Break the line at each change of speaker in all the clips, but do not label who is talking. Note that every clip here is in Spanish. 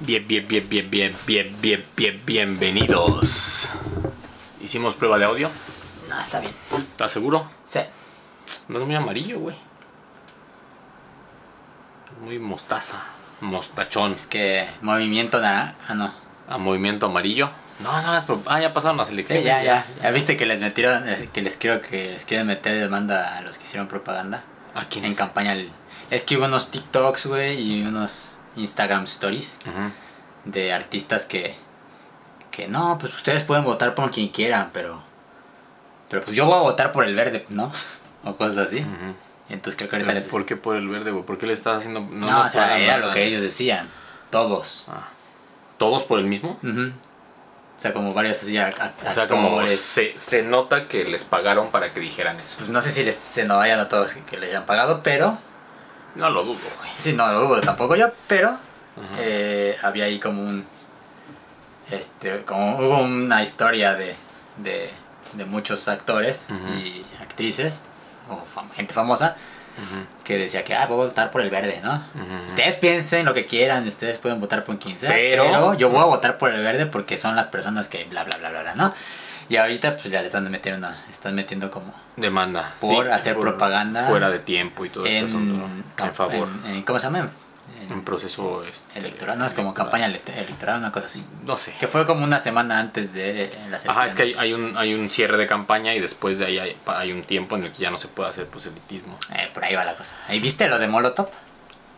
Bien, bien, bien, bien, bien, bien, bien, bien, bienvenidos. ¿Hicimos prueba de audio?
No, está bien.
¿Estás seguro?
Sí.
No es muy amarillo, güey. Muy mostaza, mostachón.
Es que movimiento naranja. Ah, no.
A movimiento amarillo. No, no, es pro- ah, ya pasaron las
Sí,
elecciones.
ya, ya. ¿Ya viste que les metieron, eh, que les quiero que les quieren meter demanda a los que hicieron propaganda?
¿A quién
En campaña. el- Es que hubo unos TikToks, güey, y unos Instagram stories de artistas que. Que no, pues ustedes pueden votar por quien quieran, pero. Pero pues yo voy a votar por el verde, ¿no? O cosas así. Entonces creo que ahorita les.
¿Por qué por el verde, güey? ¿Por qué le estás haciendo.? No,
No,
nos
o sea,
pagan
era
nada.
lo que ellos decían. Todos.
Ah. ¿Todos por el mismo?
Ujú. O sea, como varios así. a- a-
O sea, como
actores.
se, se nota que les pagaron para que dijeran eso.
Pues no sé si les- se nos vayan a todos que, que le hayan pagado, pero.
No lo dudo, güey.
Sí, no lo dudo tampoco yo, pero. eh, había ahí como un. Este, como hubo una historia de, de, de muchos actores
Ujú.
y actrices, o fam- gente famosa, que decía que, ah, voy a votar por el verde, ¿no?
Ujú.
Ustedes piensen lo que quieran, ustedes pueden votar por quien sea,
Pero-
pero... yo voy a votar por el verde porque son las personas que bla, bla, bla, bla, bla, ¿no? Y ahorita pues ya les están metiendo una, están metiendo como
Demanda.
Por hacer propaganda
Fuera de tiempo y todo
en,
ese asunto, ¿no? En
cam-
favor.
en- en- ¿Cómo se llama? En-
En proceso. este,
electoral, no es como
electoral.
campaña elect- electoral, una cosa así.
No sé.
Que fue como una semana antes de las
Ajá, es que hay, hay un, hay un cierre de campaña y después de ahí hay, pa- hay un tiempo en el que ya no se puede hacer pues, proselitismo.
Eh, por ahí va la cosa. ¿Y viste lo de Molotov?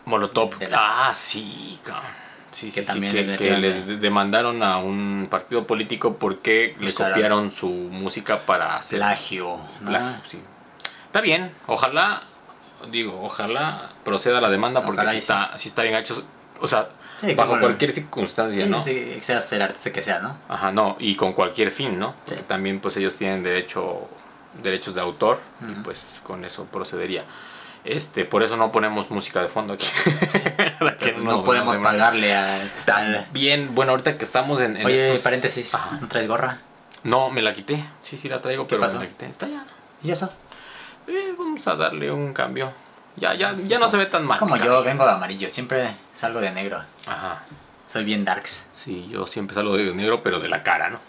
Molotov.
De
Ah, sí, cabrón. Sí, sí,
Que
sí,
también
que,
les
que
metieron,
les de- demandaron a un partido político porque le
Usaron.
copiaron su música para hacer
Plagio. ¿no?
plagio, Ah, sí. Está bien, ojalá, digo, ojalá proceda la demanda porque
Ojalá
sí
y sí.
está, sí está bien gacho. O sea,
Sí, que
bajo
bueno.
cualquier circunstancia,
Sí,
¿no?
sí, seas el artista que sea, ¿no?
Ajá, no, y con cualquier fin, ¿no?
Sí.
Porque también pues ellos tienen derecho, derechos de autor y
Ujú.
pues con eso procedería. Este, por eso no ponemos música de fondo aquí. Para que
Pero
nos-
no
nos
podemos
demandan.
pagarle al... al-
Bien, bueno, ahorita que estamos en, en
Oye,
estos-
paréntesis,
Ajá.
¿no traes gorra?
No, me la quité. Sí, sí la traigo, pero
pasó?
me la quité. Está ya.
¿Y eso?
Eh, vamos a darle un cambio. Ya, ya, ya no se ve tan mal.
Como yo vengo de amarillo, siempre salgo de negro.
Ajá.
Soy bien darks.
Sí, yo siempre salgo de negro, pero de la cara, ¿no?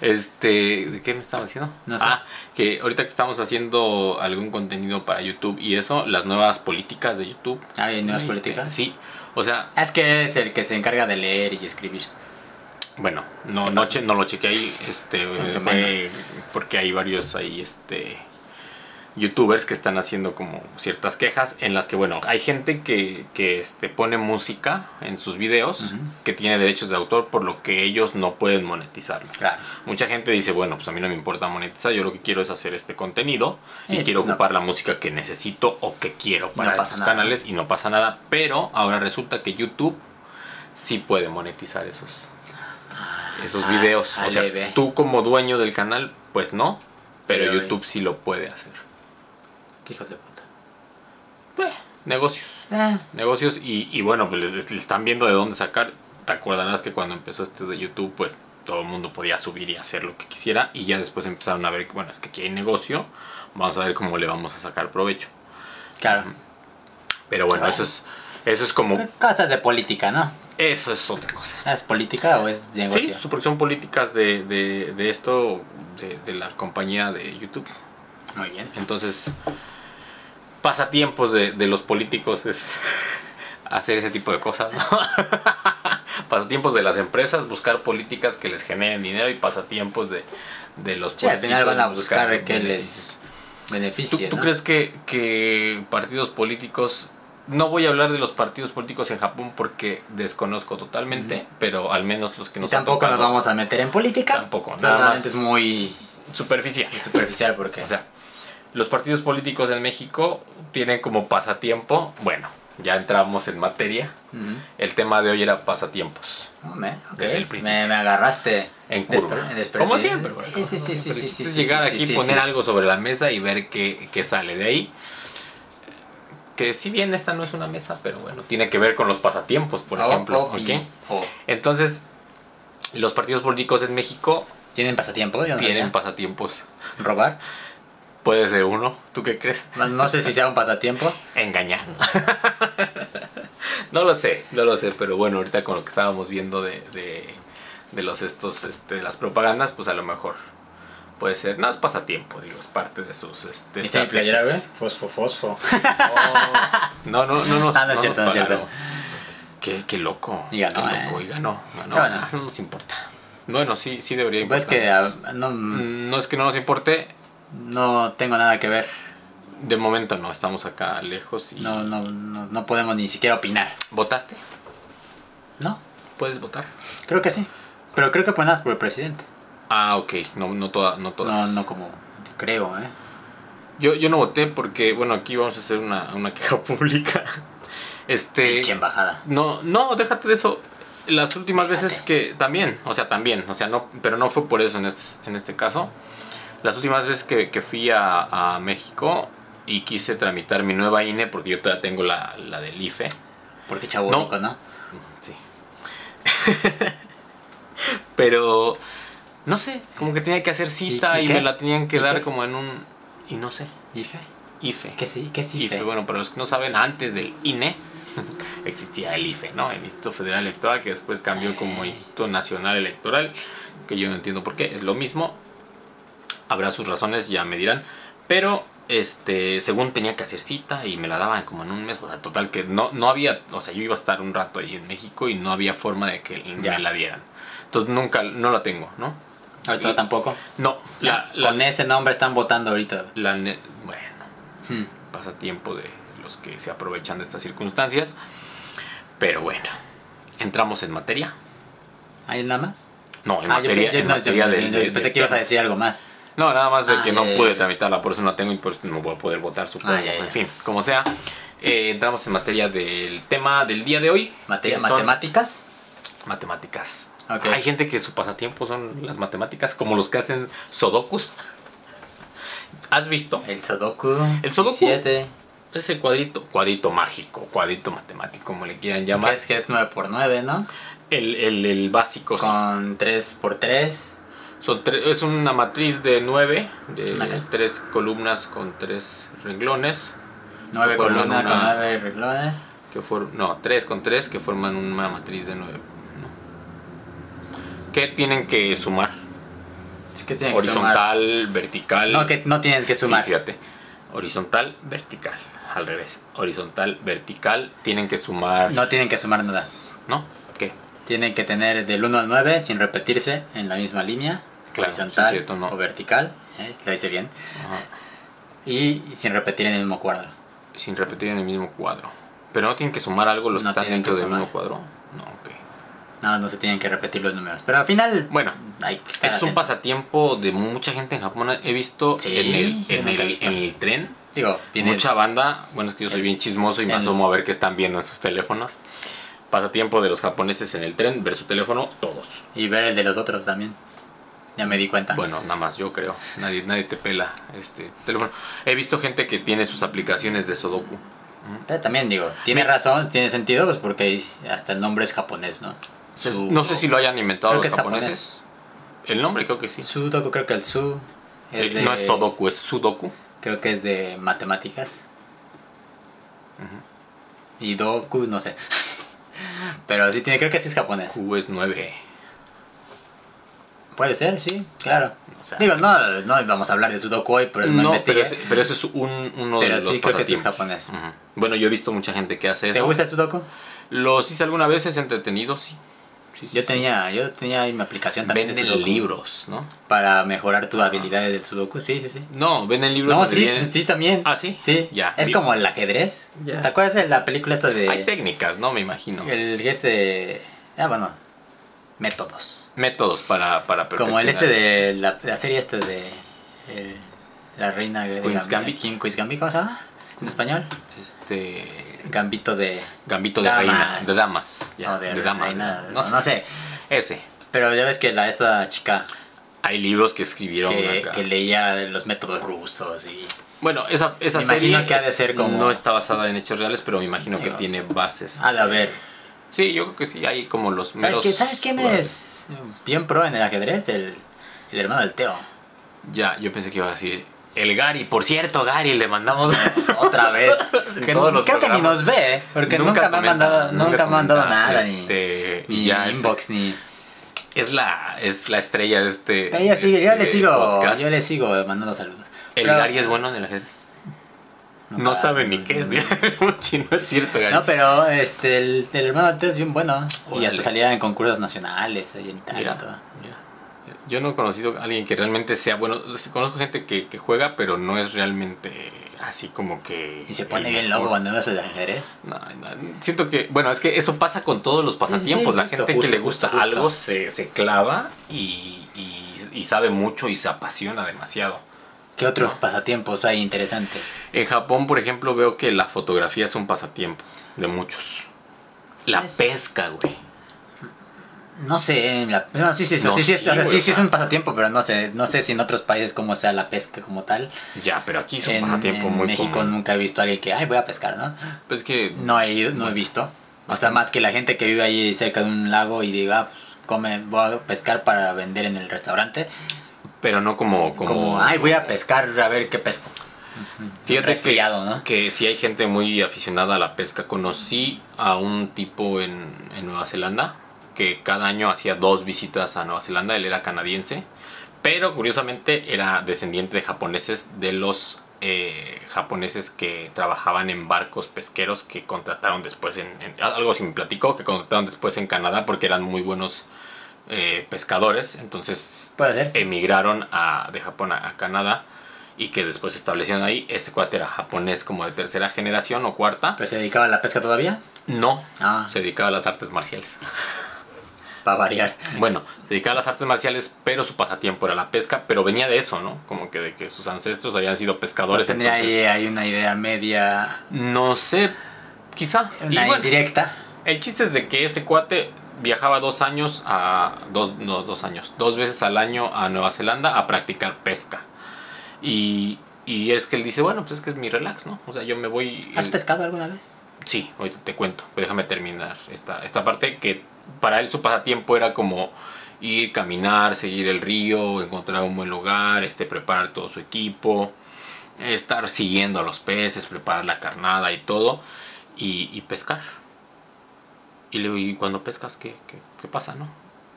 este, ¿de qué me estaba diciendo?
No sé.
Ah, que ahorita que estamos haciendo algún contenido para YouTube y eso, las nuevas políticas de YouTube.
Ah, ¿y nuevas
Este,
políticas?
Sí. O sea,
Ah, Es que es el que se encarga de leer y escribir.
bueno, no,
¿Qué Ah,
no,
pasó?
che- no lo chequeé ahí, este,
Aunque
fue porque hay varios ahí, este, youtubers que están haciendo como ciertas quejas en las que, bueno, hay gente que, que este, pone música en sus videos
Ujú.
que tiene derechos de autor, por lo que ellos no pueden monetizarla.
Claro.
Mucha gente dice, bueno, pues a mí no me importa monetizar, yo lo que quiero es hacer este contenido y
Eh,
quiero
no.
ocupar la música que necesito o que quiero para
No pasa
estos
nada.
canales y no pasa nada, pero ahora resulta que YouTube sí puede monetizar esos, esos
Ah,
videos. o sea,
aleve.
tú como dueño del canal, pues no, pero
Pero, eh,
YouTube sí lo puede hacer.
Qué hijos de puta.
Eh, negocios.
Eh,
Negocios y, y bueno, pues les, les están viendo de dónde sacar. Te acordarás que cuando empezó este de YouTube, pues todo el mundo podía subir y hacer lo que quisiera. Y ya después empezaron a ver, que, bueno, es que aquí hay negocio. Vamos a ver cómo le vamos a sacar provecho.
claro.
Pero bueno,
Ah.
eso es, eso es como...
Cosas de política, ¿no?
Eso es otra cosa.
¿Es política o es
Sí,
negocio?
su- porque son políticas de, de, de esto, de, de la compañía de YouTube.
Muy bien.
Entonces, pasatiempos de, de los políticos es hacer ese tipo de cosas, ¿no? pasatiempos de las empresas, buscar políticas que les generen dinero y pasatiempos de, de los
Sí, al final van a buscar que
beneficios.
les
¿Tú,
beneficie.
tú
¿no?
crees que, que partidos políticos... No voy a hablar de los partidos políticos en Japón porque desconozco totalmente, pero al menos los que
Y
nos han
tampoco nos
tocado,
vamos a meter en política.
Tampoco, nada
Solamente
más-
es muy
superficial.
superficial porque.
O sea, los partidos políticos en México tienen como pasatiempo, bueno, ya entramos en materia.
Ujú.
El tema de hoy era pasatiempos.
No, me, ok.
Desde el
me,
principio.
me agarraste.
En curva.
despre- despre-
como siempre. güey,
Sí,
como
sí, sí, sí,
siempre.
sí, sí,
Es
sí,
llegar
sí,
aquí,
sí,
poner
sí.
algo sobre la mesa y ver qué, qué sale de ahí. Que si bien esta no es una mesa, pero bueno, tiene que ver con los pasatiempos, por
O-
ejemplo.
o- y-
¿ok?
o-
Entonces, los partidos políticos en México
¿Tienen pasatiempo? Yo no
tienen
sabía.
pasatiempos.
¿Robar?
Puede ser uno. ¿Tú qué crees?
No, no sé si sea un pasatiempo.
Engañar. No lo sé, no lo sé, pero bueno, ahorita con lo que estábamos viendo de, de, de los estos, este, las propagandas, pues a lo mejor puede ser. No es pasatiempo, digo, es parte de sus. Este,
¿Viste mi playera, güey? Fosfo, fosfo.
No, no, no, no.
Ah, no es cierto, no es cierto.
Qué, qué loco.
Y ganó,
Qué
eh.
loco, y ganó. ganó.
Pero bueno.
No nos importa. Bueno, sí, sí debería importar. Mm,
Pues que ah, no,
No es que no nos importe,
no tengo nada que ver.
de momento no, estamos acá lejos y.
No, no, no, no podemos ni siquiera opinar.
¿Votaste?
No,
¿Puedes votar?
creo que sí. Pero creo que apenas por el presidente.
Ah, ok, no, no, toda, no todas.
No, no como creo, ¿eh?
Yo, yo no voté porque, bueno, aquí vamos a hacer una, una queja pública. Este.
Pinche embajada.
No, no, déjate de eso. Las últimas veces que también, o sea, también, o sea, no, pero no fue por eso en este, en este caso. Las últimas veces que, que fui a, a México y quise tramitar mi nueva INE, porque yo todavía tengo la, la del E. IFE.
Porque chavo
No.
loco, ¿no?
Sí. pero, no sé, como que tenía que hacer cita
¿Y- y
y,
qué?
me la tenían que
¿Y
dar
qué?
como en un, y no sé, E.
¿Ife?
IFE.
¿Qué sí? ¿Qué sí?
IFE.
fe?
Bueno, para los que no saben, antes del INE existía el IFE, ¿no? El Instituto Federal Electoral, que después cambió como Instituto Nacional Electoral, que yo no entiendo por qué, es lo mismo. Habrá sus razones, ya me dirán. Pero, este, según tenía que hacer cita y me la daban como en un mes, o sea, total, que no, no había, o sea, yo iba a estar un rato ahí en México y no había forma de que
Ya.
me la dieran. Entonces nunca, no la tengo, ¿no?
Ahorita
y-
tampoco.
No, la, la,
Con ese nombre están votando ahorita.
la ne- bueno,
Hmm.
pasatiempo de los que se aprovechan de estas circunstancias. Pero bueno, entramos en materia.
¿Hay nada más?
No, en
Ah, yo
materia,
pe- yo-
en
no, yo-
materia
yo-
del-
yo
del-
pensé
del
que ibas a
tema.
decir algo más.
No, nada más de
Ah,
que no
ya,
pude
ya.
tramitarla, por eso no la tengo y por eso no voy a poder votar, supongo.
Ah, ya, ya.
En fin, como sea, eh, entramos en materia del tema del día de hoy.
Materia,
que son
matemáticas.
Matemáticas.
Ok.
Hay gente que su pasatiempo son las matemáticas, como los que hacen sudokus. ¿Has visto?
El Sudoku.
El Sudoku.
7.
Ese cuadrito, cuadrito mágico, cuadrito matemático, como le quieran
Que
llamar.
es que es 9 por 9 ¿no?
El, el, el básico, Pues sí.
Con 3 por 3
Son tre- es una matriz de nueve, de
Ajá.
tres columnas con tres renglones,
9
Forman
columnas con
Pues una-
9 reglones.
que for- no, tres con tres que forman una matriz de nueve. ¿no? ¿Qué tienen que sumar?
Sí que tiene que sumar.
Horizontal, vertical.
No, que no tienes que
Sí,
sumar.
fíjate. Horizontal, vertical. Al revés. Horizontal, vertical. Tienen que sumar.
No tienen que sumar nada.
¿No? ¿Qué?
Tienen que tener del 1 al 9 sin repetirse en la misma línea.
Claro,
horizontal
sí, cierto, no.
o vertical. ¿eh? Lo hice bien.
Ajá.
Y sin repetir en el mismo cuadro.
sin repetir en el mismo cuadro. Pero no tienen que sumar algo los
No
que están
tienen que
dentro del
sumar.
mismo cuadro. No, ok.
Nada, no se tienen que repetir los números. Pero al final.
Bueno,
hay que estar
ese es un
atento.
pasatiempo de mucha gente en Japón. He visto
Sí,
en, el,
yo
en,
nunca he
el,
visto.
en el tren
Digo, viene
mucha banda. Bueno, es que yo soy
el-
bien chismoso y me
el-
asomo a ver qué están viendo en sus teléfonos. Pasatiempo de los japoneses en el tren, ver su teléfono, todos.
Y ver el de los otros también. Ya me di cuenta.
Bueno, nada más yo creo. Nadie, nadie te pela este teléfono. He visto gente que tiene sus aplicaciones de Sudoku.
Pero Eh, también digo, tiene razón, tiene sentido, pues porque hasta el nombre es japonés, ¿no? Su-
Pues, No sé si lo hayan inventado
Creo que
los
es japonés.
japoneses. El nombre creo que sí.
Sudoku, creo que el su.
Eh, No es Sudoku, es Sudoku.
Creo que es de matemáticas. Y Doku, no sé. Pero sí tiene, creo que sí es japonés.
Q es 9.
Puede ser, sí, claro.
O sea,
Digo, no, no vamos a hablar de Sudoku hoy, pero no,
no, pero
investigué.
ese, pero ese es un, uno
Pero
de los
sí, creo que sí es
pasatiempos.
japonés.
Ujú. Bueno, yo he visto mucha gente que hace
¿Te
eso.
gusta el Sudoku?
¿Los hice alguna vez? ¿Es entretenido? Sí. Sí, sí,
Yo
sí.
tenía, yo tenía ahí mi aplicación también de
Venden
Sudoku.
libros, ¿no?
Para mejorar tus habilidades del Sudoku, sí, sí, sí.
No, venden libros.
No,
donde
sí,
vienen-
sí, también.
Ah, ¿sí?
Sí,
Ya.
Es
Bien.
como el ajedrez.
Ya.
¿Te acuerdas de la película esta de.
Hay técnicas, ¿no? Me imagino.
El este. Ah, bueno. Métodos.
Métodos para, para
Como el este
perfeccionar.
de la, la serie este de. eh, la reina de
Queen's Gambit.
King- Queen's Gambit, ¿cómo se llama? En español.
Este...
Gambito de.
Gambito de
Damas.
reina. De damas. ya,
no, de,
de damas.
reina,
no,
no,
sé.
sé.
Ese.
Pero ya ves que la, esta chica
Hay libros que escribieron
que,
acá.
que leía los métodos rusos y.
Bueno, esa, esa
Me imagino
serie
que ha de
es-
ser como-
no está basada en hechos reales, pero me imagino que
Digo,
tiene bases.
Ha ah, de haber.
Sí, yo creo que sí, hay como Eh, los
¿Sabes,
meros
qué, ¿Sabes quién
jugadores.
es bien pro en el ajedrez? El, el hermano del Teo.
Ya, yo pensé que iba a decir El Gary, por cierto, Gary, le mandamos
Otra vez. Que
todos los
creo que ni
programas.
nos ve, ¿eh? porque nunca, me ha
comenta,
mandado, nunca me ha mandado
comenta,
nada. ni-
Este,
ni
y ya este, es-
inbox, ni.
Es la, es la estrella de este.
Pero yo, sí,
este
yo le sigo,
podcast.
yo le sigo mandando saludos.
El
Pero-
Gary es bueno en el ajedrez. No,
nunca-
sabe ni qué es. Un chino es cierto, Gary.
No, pero este, el, el hermano antes es bien bueno. Y
Órale.
hasta salía en concursos nacionales ahí en Italia
Mira.
y todo.
Mira, Yo no he conocido a alguien que realmente sea bueno. Sí, Conozco gente que, que juega, pero no es realmente así como que.
Y se pone
el
bien
mejor.
loco cuando ves el ajedrez.
No, no, siento que, bueno, es que eso pasa con todos los pasatiempos.
sí,
la
justo,
gente
justo,
que le gusta
justo, justo.
algo se, se clava y, y- y sabe mucho y se apasiona demasiado.
¿Qué otros pasatiempos hay interesantes?
En Japón, por ejemplo, veo que la fotografía es un pasatiempo de muchos. La
Es-
pesca, güey.
No sé, la- no, sí, sí, sí,
No,
sí, sí,
sí,
o sea,
güey,
sí, sí
o
es
sea.
un pasatiempo, pero no sé, no sé si en otros países cómo sea la pesca como tal.
Ya, pero aquí es un
En,
pasatiempo
en
muy
México
común.
nunca he visto a alguien que, ay, voy a pescar, ¿no?
Pues que
No he ido, no he visto. O sea, más que la gente que vive ahí cerca de un lago y diga, ah, pues, come, voy a pescar para vender en el restaurante.
pero no como como,
Como, ay, voy a pescar a ver qué pesco.
Fíjate
resfriado,
que,
¿no?
que sí hay gente muy aficionada a la pesca. Conocí a un tipo en, en Nueva Zelanda que cada año hacía dos visitas a Nueva Zelanda. Él era canadiense, pero curiosamente era descendiente de japoneses, de los eh, japoneses que trabajaban en barcos pesqueros que contrataron después en, en- algo así me platicó que contrataron después en Canadá porque eran muy buenos eh, pescadores. Entonces
Puede ser. sí.
emigraron a, de Japón a, a Canadá y que después se establecieron ahí. Este cuate era japonés como de tercera generación o cuarta.
¿Pero se dedicaba a la pesca todavía?
No,
Ah,
se dedicaba a las artes marciales.
para variar.
Bueno, se dedicaba a las artes marciales, pero su pasatiempo era la pesca, pero venía de eso, ¿no? Como que de que sus ancestros habían sido pescadores.
Pues tendría ahí,
entonces,
ahí una idea media,
No sé, quizá. Y
una
bueno,
indirecta.
El chiste es de que este cuate viajaba dos años a. Dos, no, dos años. Dos veces al año a Nueva Zelanda a practicar pesca. Y. Y es que él dice, bueno, pues es que es mi relax, ¿no? O sea, yo me voy.
¿Has
eh,
pescado alguna vez?
Sí, ahorita te cuento. Pero déjame terminar esta, esta parte que para él su pasatiempo era como ir, caminar, seguir el río, encontrar un buen lugar, este, preparar todo su equipo, estar siguiendo a los peces, preparar la carnada y todo, y, y pescar. Y le digo, ¿y cuando pescas qué, qué, qué pasa, no?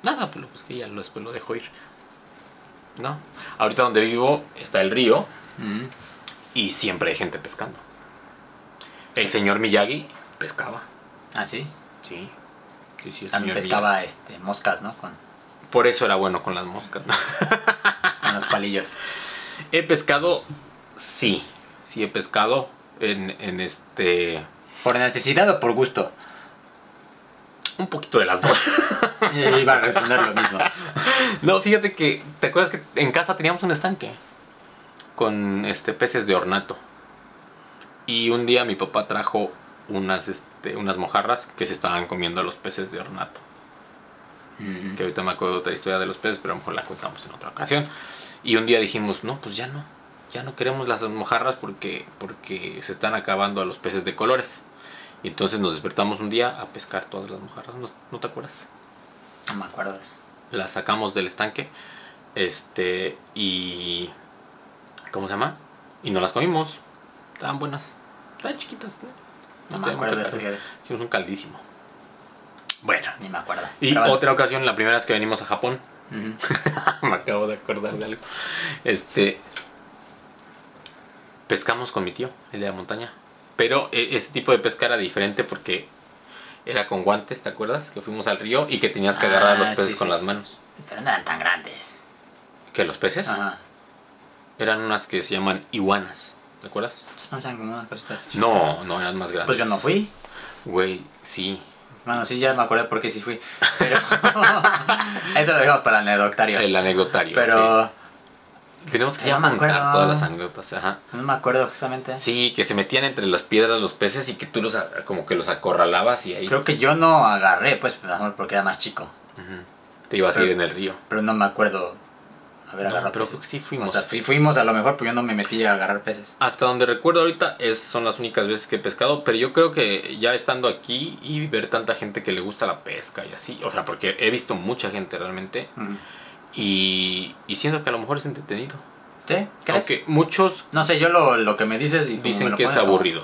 Nada, pero pues que ya lo- después lo dejo ir. ¿No? Ahorita donde vivo está el río,
Mm.
y siempre hay gente pescando. El señor Miyagi pescaba.
Ah, sí.
Sí. Sí, sí, el señor
También pescaba este, moscas, ¿no? Con,
Miyagi. Por eso era bueno con las moscas.
con los palillos.
he pescado, sí. Sí, he pescado en, en este.
¿Por necesidad o por gusto?
Un poquito de las dos.
Eh, Iba a responder lo mismo.
no, fíjate que. ¿Te acuerdas que en casa teníamos un estanque? Con este peces de ornato. Y un día mi papá trajo unas, este, unas mojarras que se estaban comiendo a los peces de ornato.
Mm.
que ahorita me acuerdo de otra historia de los peces, pero a lo mejor la contamos en otra ocasión. Y un día dijimos, no, pues ya no, ya no queremos las mojarras porque, porque se están acabando a los peces de colores. Y entonces nos despertamos un día a pescar todas las mojarras, ¿no, no te acuerdas?
No me acuerdo de eso.
Las sacamos del estanque, este, y... ¿Cómo se llama? Y no las comimos, estaban buenas, estaban chiquitas. ¿no? No
No me
tenía
acuerdo de
mucha
eso,
calidad.
fíjate.
Hicimos un caldísimo. Bueno.
Ni me acuerdo.
Y
Pero bueno.
otra ocasión, la primera vez que venimos a Japón,
Ujú.
Me acabo de acordar de algo. Este. Pescamos con mi tío, el de la montaña. Pero eh, este tipo de pesca era diferente porque era con guantes, ¿te acuerdas? Que fuimos al río y que tenías que agarrar a los
Ah,
peces
sí,
con
sí,
las
sí.
manos.
Pero no eran tan grandes.
¿Que los peces?
Ajá.
Eran unas que se llaman iguanas, ¿te acuerdas?
No eran como unas cositas.
No, no, eran más grandes.
Pues yo no fui.
Güey, sí.
Bueno, sí, ya me acordé por qué sí fui. Pero. eso lo dejamos para el anecdotario.
El anecdotario.
Pero.
ok. Tenemos que
Ya
ya
me
contar
acuerdo.
todas las anécdotas, ajá.
No me acuerdo justamente.
Sí, que se metían entre las piedras los peces y que tú los a- como que los acorralabas y ahí
Creo que yo no agarré, pues, a lo mejor porque era más chico.
Ujú. Te ibas a ir en el río.
Pero no me acuerdo haber
No,
agarrado
pero creo que
peces.
sí
O
fuimos.
sea, fui- fuimos a lo mejor, pero yo no me metí a agarrar peces.
Hasta donde recuerdo ahorita es, son las únicas veces que he pescado, pero yo creo que ya estando aquí y ver tanta gente que le gusta la pesca y así, o sea, porque he visto mucha gente realmente
Mm.
y, y siento que a lo mejor es entretenido.
¿Sí? ¿Crees?
Aunque muchos
No sé, yo lo, lo que me dices y como me
dicen
lo
que es
pones, no.
aburrido.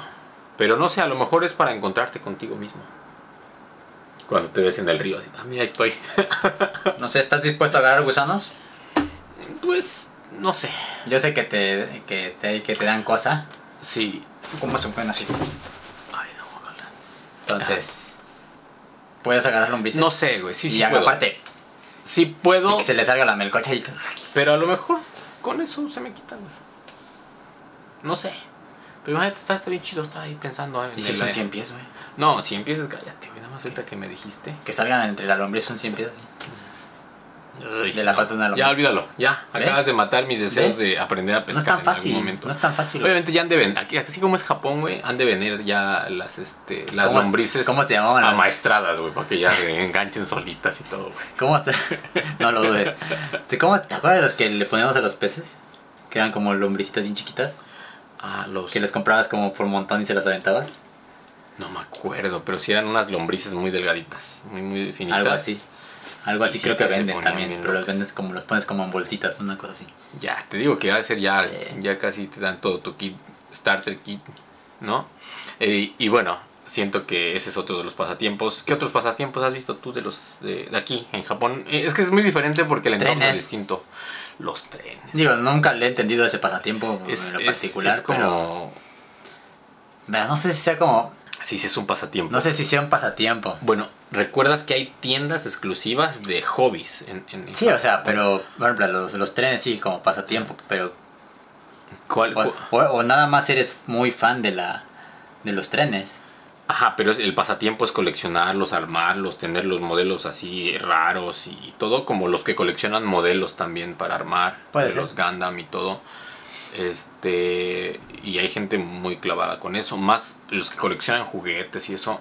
Pero no sé, a lo mejor es para encontrarte contigo mismo. Cuando te ves en el río, así, ah, mira, ahí estoy.
No sé, ¿estás dispuesto a agarrar gusanos?
Pues, no sé.
Yo sé que te, que te, que te dan cosa.
Sí.
¿Cómo se pueden así?
Ay, no, guácala.
Entonces, puedes agarrar lombrices.
No sé, güey. Sí,
y
sí
haga-
puedo.
aparte,
Sí puedo,
y que se le salga la melcocha y...
pero a lo mejor con eso se me quita, güey. No sé. Pero imagínate, está, está bien chido, estaba ahí pensando. En
Y si
el-
son 100 pies, güey.
No, si empiezas, cállate, güey. Nada más ahorita que me dijiste.
Que salgan entre la lombriz son 100 pies. así. De la
no.
pasta de una lombriz.
Ya olvídalo, ya.
¿Ves?
Acabas de matar mis deseos
¿Ves?
de aprender a
No
pescar
es
en
tan
algún
fácil.
momento.
No es tan fácil. güey.
Obviamente ya han de venir, aquí, así como es Japón, güey, han de venir ya las, este, las
¿Cómo se-
lombrices
cómo se llamaban las-
amaestradas, güey, para que ya se enganchen solitas y todo, güey.
¿Cómo se.? No lo dudes. Sí, ¿Cómo, ¿Te acuerdas de los que le poníamos a los peces? Que eran como lombricitas bien chiquitas.
Ah, los...
Que les comprabas como por montón y se las aventabas.
No me acuerdo, pero sí eran unas lombrices muy delgaditas, muy, muy finitas.
Algo así. Algo así
Y sí
creo que
que se
venden
ponían
también.
bien
Pero los
locos.
vendes como, los pones como en bolsitas, una cosa así.
Ya, te digo que va a ser ya,
Sí.
ya casi te dan todo tu kit, starter kit, ¿no? Eh, y bueno, siento que ese es otro de los pasatiempos. ¿Qué otros pasatiempos has visto tú de los de, de aquí, en Japón? Eh, es que es muy diferente porque el entorno
Trenes.
es distinto. Los trenes.
Digo, nunca le he entendido ese pasatiempo
Es,
en lo
es-
particular,
es como...
pero. Pero no sé si sea como.
Sí, sí, es un pasatiempo.
No sé si sea un pasatiempo.
Bueno, ¿recuerdas que hay tiendas exclusivas de hobbies? En, en- en
Sí, o sea,
Japón?
pero. Por ejemplo, los, los trenes sí, como pasatiempo, pero.
¿Cuál-
O,
cu-
o- o nada más eres muy fan de la. de los trenes.
Ajá, pero es- el pasatiempo es coleccionarlos, armarlos, tener los modelos así raros y todo, como los que coleccionan modelos también para armar,
Puede
de
ser.
los Gundam y todo. Este, y hay gente muy clavada con eso, más los que coleccionan juguetes y eso.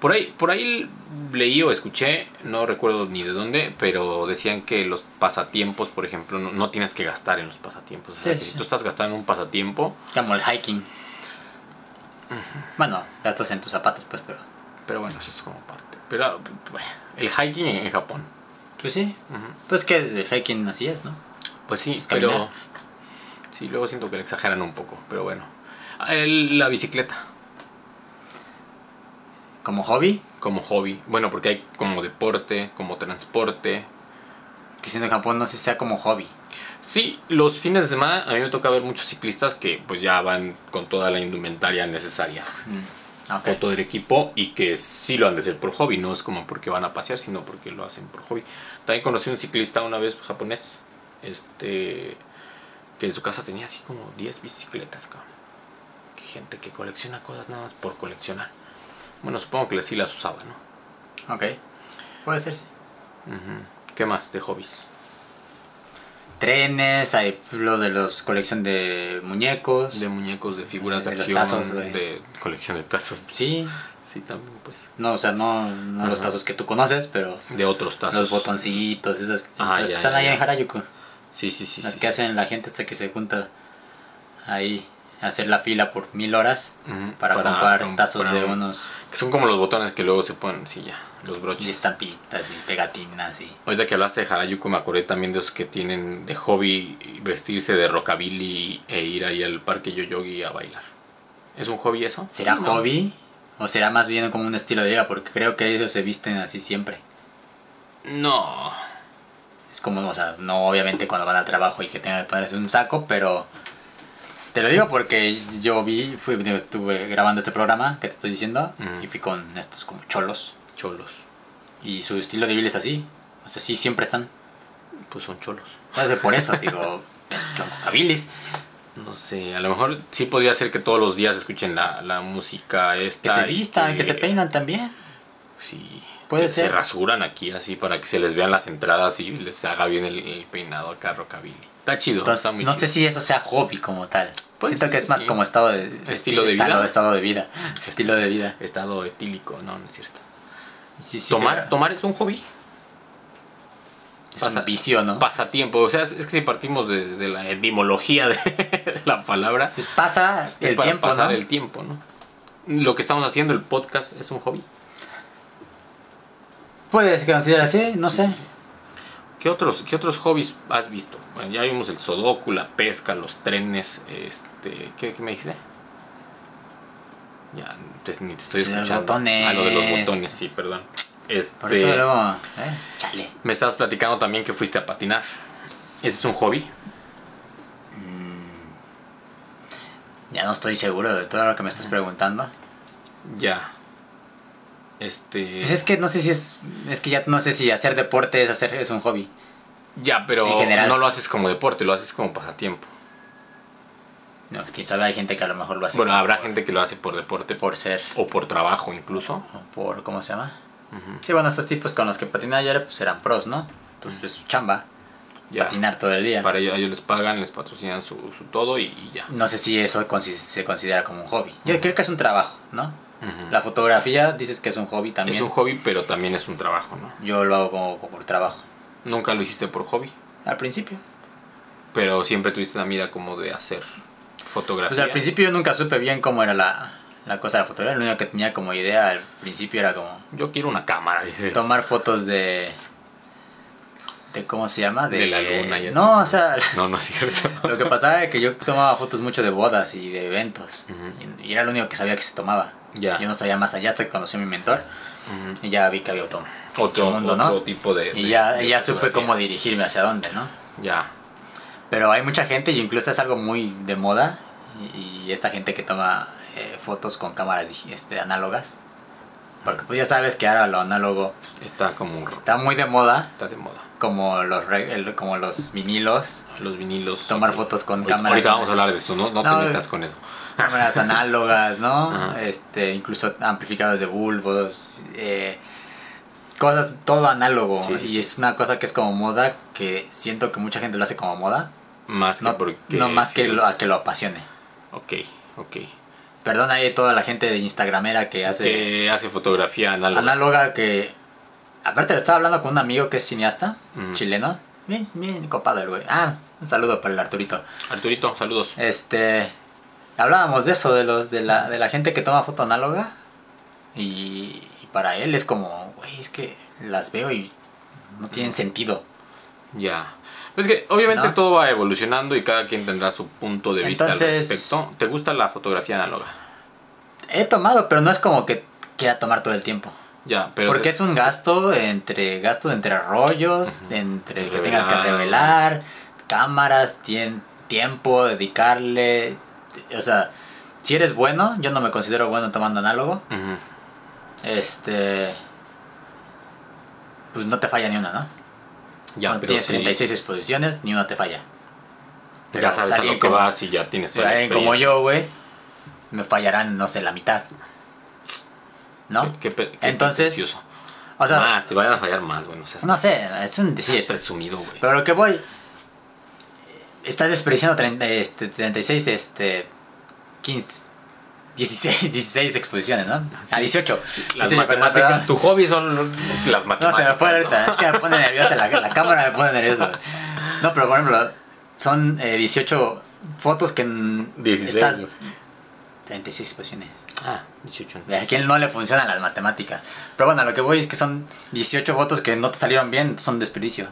Por ahí, por ahí leí o escuché, no recuerdo ni de dónde, pero decían que los pasatiempos, por ejemplo, no, no tienes que gastar en los pasatiempos. O sea,
Sí,
que
sí.
si tú estás gastando en un pasatiempo,
Como el hiking. Bueno, gastas en tus zapatos, pues, pero.
pero bueno, eso es como parte. Pero ah, bueno, el hiking en- en Japón.
Pues sí.
Ujú.
Pues que el hiking así es, ¿no?
Pues sí,
Pues
pero.
caminar.
Sí, luego siento que le exageran un poco, pero bueno. A él, la bicicleta,
Como hobby.
como hobby. Bueno, porque hay como deporte, como transporte.
Que siendo en Japón no sé si sea como hobby.
Sí, los fines de semana a mí me toca ver muchos ciclistas que pues ya van con toda la indumentaria necesaria,
Mm, ok.
con todo el equipo y que sí lo han de hacer por hobby, no es como porque van a pasear, sino porque lo hacen por hobby. También conocí un ciclista una vez japonés, este, que en su casa tenía así como 10 bicicletas, cabrón. Qué gente que colecciona cosas nada más por coleccionar. Bueno, supongo que sí las usaba, ¿no?
Ok. Puede ser, sí.
Ujú. ¿Qué más de hobbies?
Trenes, hay lo de los colección de muñecos.
De muñecos, de figuras de,
De los
acción,
tazos, güey.
de colección de tazos.
Pues, Sí.
Sí, también, pues.
No, o sea, no, no los
Ajá.
tazos que tú conoces, pero
De otros tazos.
los botoncitos, esos
Ah, ya,
los que están
ya,
ahí
ya.
en Harajuku.
Sí, sí, sí.
las
sí,
que
sí.
hacen la gente hasta que se junta ahí a hacer la fila por mil horas
Ujú,
para, comprar
comprar-
tazos de unos
Que son como los botones que luego se ponen, sí, ya, los
y
broches.
estampitas y pegatinas y...
Ahorita que hablaste de Harajuku, me acordé también de esos que tienen de hobby vestirse de rockabilly e ir ahí al parque yoyogi a bailar. ¿Es un hobby eso?
¿Será
Sí, ¿no?
hobby? ¿O será más bien como un estilo de vida? Porque creo que ellos se visten así siempre.
No.
Es como, o sea, no obviamente cuando van al trabajo y que tengan que ponerse un saco, pero te lo digo porque yo vi, fui, digo, estuve grabando este programa que te estoy diciendo
Ujú.
y fui con estos como cholos
Cholos.
y su estilo de vida es así. O sea, sí, siempre están.
Pues son cholos.
Entonces por eso, digo, es cholocabilis.
No sé, a lo mejor sí podría ser que todos los días escuchen la, la música
Que
esta.
se
y
vistan, que se peinan también.
Sí.
Puede
se,
ser.
se rasuran aquí así para que se les vean las entradas y les haga bien el, el peinado acá rockabilly. Está chido,
Entonces,
está muy
no
chido.
sé si eso sea hobby como tal.
Pues
Siento
sí,
que es más
sí.
como estado de, este,
Estilo de vida.
Estado, estado de vida. Estilo de vida.
Estado etílico, no, no es cierto.
Sí, sí,
tomar,
creo.
tomar es un hobby,
es
pasa-
un vicio, ¿no?
pasatiempo. O sea, es es que si partimos de, de la etimología de, de la palabra,
Pues pasa
es
el
para
tiempo,
pasar
¿no?
el tiempo, ¿no? Lo que estamos haciendo, el podcast, es un hobby.
Puedes considerar así, no sé.
Ok, ¿Qué otros, qué otros hobbies has visto? Bueno, ya vimos el sudoku, la pesca, los trenes, este, ¿qué, qué me dijiste? Ya, te- ni te estoy
De los
escuchando.
botones.
Ah, lo de los botones, sí, perdón. Este,
Por eso luego. ¿eh? Chale.
Me estabas platicando también que fuiste a patinar. ¿Ese es un hobby?
Ya no estoy seguro de todo lo que me estás preguntando.
Ya. Este.
Pues es que no sé si es. Es que ya no sé si hacer deporte es, hacer, es un hobby.
ya, pero
en general.
no lo haces como deporte, lo haces como pasatiempo.
No, quién sabe, hay gente que a lo mejor lo hace
Bueno, habrá gente que lo hace por deporte por,
por ser.
o por trabajo incluso.
o Por, ¿Cómo se llama? Sí, bueno, estos tipos con los que patiné ayer pues eran pros, ¿no? Entonces es su chamba.
Ya.
Patinar todo el día.
Para ello- a ellos les pagan, les patrocinan su, su todo y, y ya.
No sé si eso consi- se considera como un hobby. Yo creo que es un trabajo, ¿no?
Ujú.
La fotografía dices que es un hobby también.
Es un hobby, pero también es un trabajo, ¿no?
Yo lo hago como, como por trabajo.
Nunca lo hiciste por hobby,
Al principio.
pero siempre tuviste la mira como de hacer fotografía.
Pues al principio yo nunca supe bien cómo era la, la cosa de la fotografía. Lo único que tenía como idea al principio era como
Yo quiero una cámara, dice.
tomar fotos de. de ¿Cómo se llama?
De la luna y así.
No, o sea,
No, no es cierto.
lo que pasaba es que yo tomaba fotos mucho de bodas y de eventos.
Ujú.
y, y era lo único que sabía que se tomaba.
Ya.
Yo no sabía más allá hasta que conocí a mi mentor
Ujú.
y ya vi que había autónomo.
Otro,
mundo, ¿no?
otro tipo de.
Y
de-
ya,
de
ya supe
fotografía.
cómo dirigirme hacia dónde, ¿no?
Ya.
Pero hay mucha gente, y incluso es algo muy de moda, y, y esta gente que toma eh, fotos con cámaras digi- este, análogas. Porque pues ya sabes que ahora lo análogo
Está como un rock,
está muy de moda,
Está de moda.
como los, re- el- como los vinilos,
Los vinilos.
Tomar fotos con
Ahorita-
cámaras.
Ahorita vamos a hablar de eso, no, no,
No, eh.
te metas con eso.
cámaras análogas, ¿no?
Ajá.
Este, incluso amplificados de bulbos, eh, cosas, todo análogo.
Sí, sí,
y
sí.
es una cosa que es como moda, que siento que mucha gente lo hace como moda,
Más que
no,
porque.
no más que
sí,
lo, a que lo apasione.
Ok, ok.
Perdón ahí a toda la gente de Instagramera que hace
Que hace fotografía análoga.
análoga que... Aparte, lo estaba hablando con un amigo que es cineasta,
Ujú.
chileno. Bien, bien copado el güey. Ah, un saludo para el Arturito.
Arturito, saludos.
Este... Hablábamos de eso, de, los, de, la, de la gente que toma foto análoga. Y, y para él es como, güey, es que las veo y no tienen sentido.
Ya. Es que obviamente
No.
todo va evolucionando y cada quien tendrá su punto de vista al
Entonces-
respecto. ¿Te gusta la fotografía análoga?
He tomado, pero no es como que quiera tomar todo el tiempo.
Ya, pero.
Porque es un gasto entre gasto entre rollos, entre que tengas que
Revelar.
revelar, cámaras, tien- tiempo, dedicarle. O sea, si eres bueno, yo no me considero bueno tomando análogo.
Ujú.
Este. Pues no te falla ni una, ¿no?
Ya,
Cuando
pero
tienes
sí,
36 exposiciones, ni una te falla. pero,
ya
o
sabes
sea,
a lo
alguien
que
como-
vas y ya tienes
Si
toda la
alguien como
experiencia.
yo, güey, me fallarán, no sé, la mitad. ¿No?
Qué- qué- qué
Entonces,
pretencioso.
O sea, pues
más, te vayan a fallar más, bueno. o sea,
no sé, eh, es un
Sí, es
decir.
presumido, güey.
Pero lo que voy. Estás desperdiciando 30, este, 36, este. 15. 16, 16 exposiciones, ¿no? Ah, A 18.
Las
Sí, perdón,
matemáticas,
perdón.
tu hobby son las matemáticas.
No, se me fue ahorita.
¿no?
Es que me pone nerviosa la, la cámara, me pone nervioso. No, pero por ejemplo, son eh, 18 fotos que. en-
16,
Estás.
güey.
36 exposiciones.
Ah, 18.
A quien no le funcionan las matemáticas. Pero bueno, lo que voy es que son 18 fotos que no te salieron bien, son desperdicio.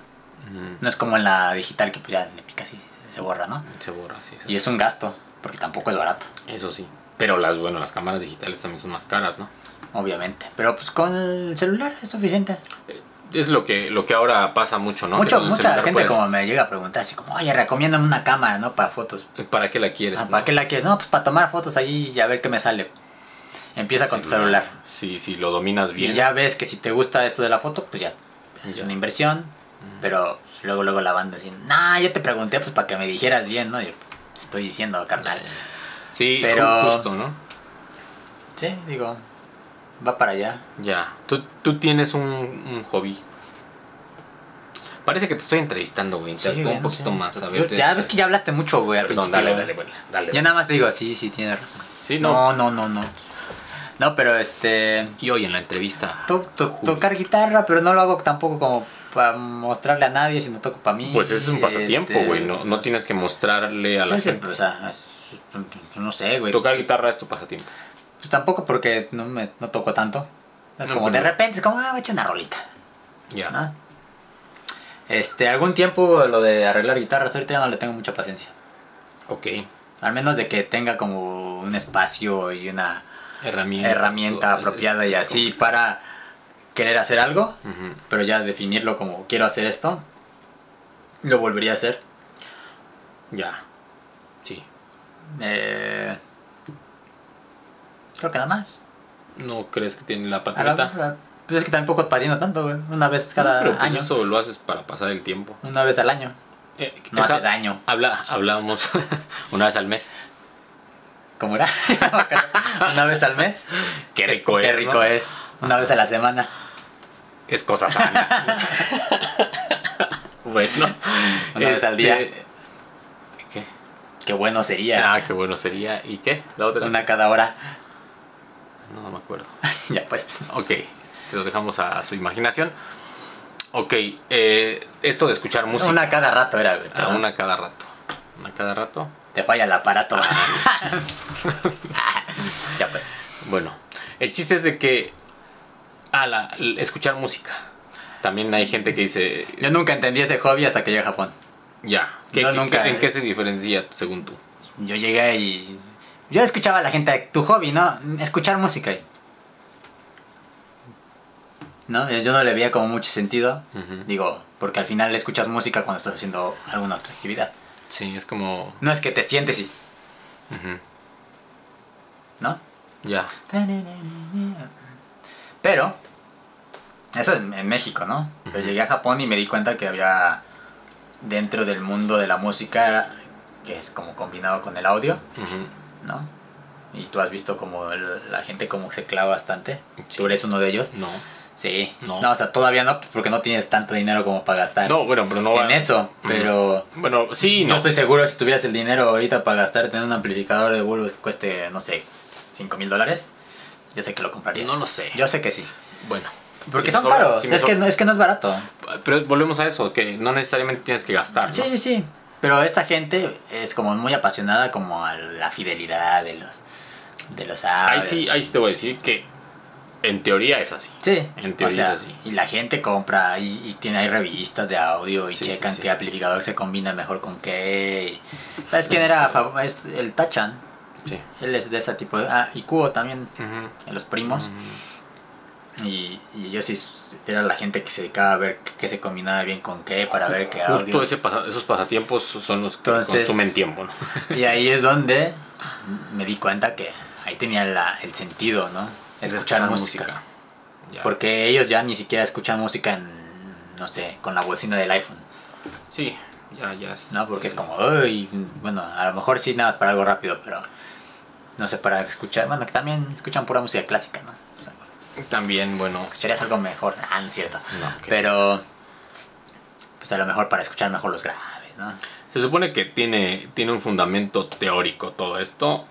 Mm,
No es como en la digital que pues ya le picas y se- se borra, ¿no?
se borra, sí. Eso.
Y es un gasto, porque tampoco es barato,
Eso sí. Pero las, bueno, las cámaras digitales también son más caras, ¿no?
obviamente. Pero pues con el celular es suficiente.
Eh, Es lo que, lo que ahora pasa mucho, ¿no? Que
Mucho,
con el
mucha
celular pues.
gente
puedes-
como me llega a preguntar así como, oye, recomiéndame una cámara, ¿no? Para fotos.
¿Para qué la quieres?
Ah, ¿Para
no?
qué la quieres? No, pues para tomar fotos ahí y a ver qué me sale. Empieza con tu celular.
Sí, sí, lo dominas bien.
Y ya ves que si te gusta esto de la foto, pues ya es
Ya.
una inversión. Pero pues, luego, luego la banda diciendo, nah, yo te pregunté pues para que me dijeras bien, ¿no? Yo "Te estoy diciendo, carnal.
Sí,
pero-
ju- justo, ¿no?
Sí, digo, va para allá.
Ya. Tú, tú tienes un, un hobby. Parece que te estoy entrevistando, güey.
Sí,
Interactúa
güey,
un
no
poquito
sé.
más. A
Yo-
ver, te-
ya ves que ya hablaste mucho, güey, al
Perdón,
principio.
dale, dale, güey. Dale.
Yo nada más te digo, sí, sí, tienes razón.
Sí, no.
No, no, no, no. No, pero este.
Y hoy en la entrevista.
to- to- tocar guitarra, pero no lo hago tampoco como para mostrarle a nadie, sino toco para mí.
Pues ese es un pasatiempo,
este,
güey. No, no tienes que mostrarle a la
Sí, sí,
gente.
pero, o sea, es- pues, no sé, güey.
Tocar guitarra es tu pasatiempo.
Pues tampoco porque no, me, no toco tanto. Es
No,
como
pero-
de repente, es como, ah, voy a echar una rolita.
Ya.
¿no? Este, algún tiempo lo de arreglar guitarras, ahorita ya no le tengo mucha paciencia.
Ok.
Al menos de que tenga como un espacio y una
Herramienta.
herramienta
todo, es-
apropiada
es-
y
es
así para querer hacer algo,
como- Ujú.
pero ya definirlo como quiero hacer esto, lo volvería a hacer.
Ya. Sí.
Eh, creo que nada más.
¿No crees que tiene la
A la-
patineta?
a- pues es que tampoco patino tanto, güey. Una vez cada
No, pero pues
año.
Eso lo haces para pasar el tiempo.
Una vez al año.
Eh,
No
esa-
hace daño.
Habla, hablábamos una vez al mes.
¿Cómo era? una vez al mes.
Qué rico
Qué
es,
rico
¿no?
es. Una vez a la semana.
Es cosa sana. bueno.
Una vez al día.
este, ¿Qué?
Qué bueno sería.
Ah, qué bueno sería. ¿Y qué? La otra.
Una cada hora.
No, no me acuerdo.
ya pues.
Ok, se los dejamos a su imaginación. Ok, eh, esto de escuchar música. Ah,
Una cada rato era, güey.
a
perdón.
una cada rato. Una cada rato.
Te falla el aparato. Ah. ya pues.
Bueno, el chiste es de que. A la, l- escuchar música. También hay gente que dice.
Yo nunca entendí ese hobby hasta que llegué a Japón.
Ya. ¿Qué,
Yo
qué-
nunca-
qué- ¿En qué se diferencia según tú?
Yo llegué y... Yo escuchaba a la gente, tu hobby, ¿no? Escuchar música. Y- No, yo no le veía como mucho sentido.
Ujú.
Digo, porque al final escuchas música cuando estás haciendo alguna otra actividad.
Sí, es como.
No es que te sientes y...
ujú,
¿No?
Ya.
Pero, eso en, en México, ¿no? Pero llegué a Japón y me di cuenta que había dentro del mundo de la música, que es como combinado con el audio,
ujú,
¿no? Y tú has visto como el- la gente como se clava bastante. Tú eres uno de ellos.
No.
Sí.
No.
No. o sea, todavía no, porque no tienes tanto dinero como para gastar
No, bueno, pero no eh.
en eso.
Ujú.
Pero
Bueno, sí, no.
yo estoy seguro que si tuvieras el dinero ahorita para gastarte en un amplificador de bulbos que cueste, no sé, 5 mil dólares, yo sé que lo comprarías.
No lo sé.
Yo sé que sí.
Bueno.
Porque
Si me
son
sobra-
caros.
si me
es, que
sobra-
no, es que no es barato.
Pero volvemos a eso, que no necesariamente tienes que gastar. ¿no?
Sí, sí, sí. Pero esta gente es como muy apasionada como a la fidelidad de los, de los
Ahí
audios.
sí, ahí sí te voy a decir que en teoría es así.
Sí,
En teoría
o sea,
es así.
Y la gente compra y, y tiene hay revistas de audio y
Sí, sí,
checan
sí.
qué amplificador se combina mejor con qué. y- ¿Sabes quién era? fav- Es el Tachan.
Sí.
Él es de ese tipo. de- Ah, y Cubo también,
Ujú.
los primos. Y, y yo sí s- era la gente que se dedicaba a ver qué- qué se combinaba bien con qué para ver qué audio.
Justo ese pasa- esos pasatiempos son los que
Entonces-
consumen tiempo, ¿no?
Y ahí es donde me di cuenta que ahí tenía la- el sentido, ¿no? Escuchar, música.
Ya.
Porque ellos ya ni siquiera escuchan música en, no sé, con la bocina del iPhone.
Sí, ya, ya. es-
¿no? Porque es como, "Ay", bueno, a lo mejor sí, nada, para algo rápido, pero no sé, para escuchar, bueno, que también escuchan pura música clásica, ¿no? O sea,
También, bueno.
escucharías algo mejor, ah, no es cierto.
no, que-
Pero, pues a lo mejor para escuchar mejor los graves, ¿no?
Se supone que tiene, tiene un fundamento teórico todo esto,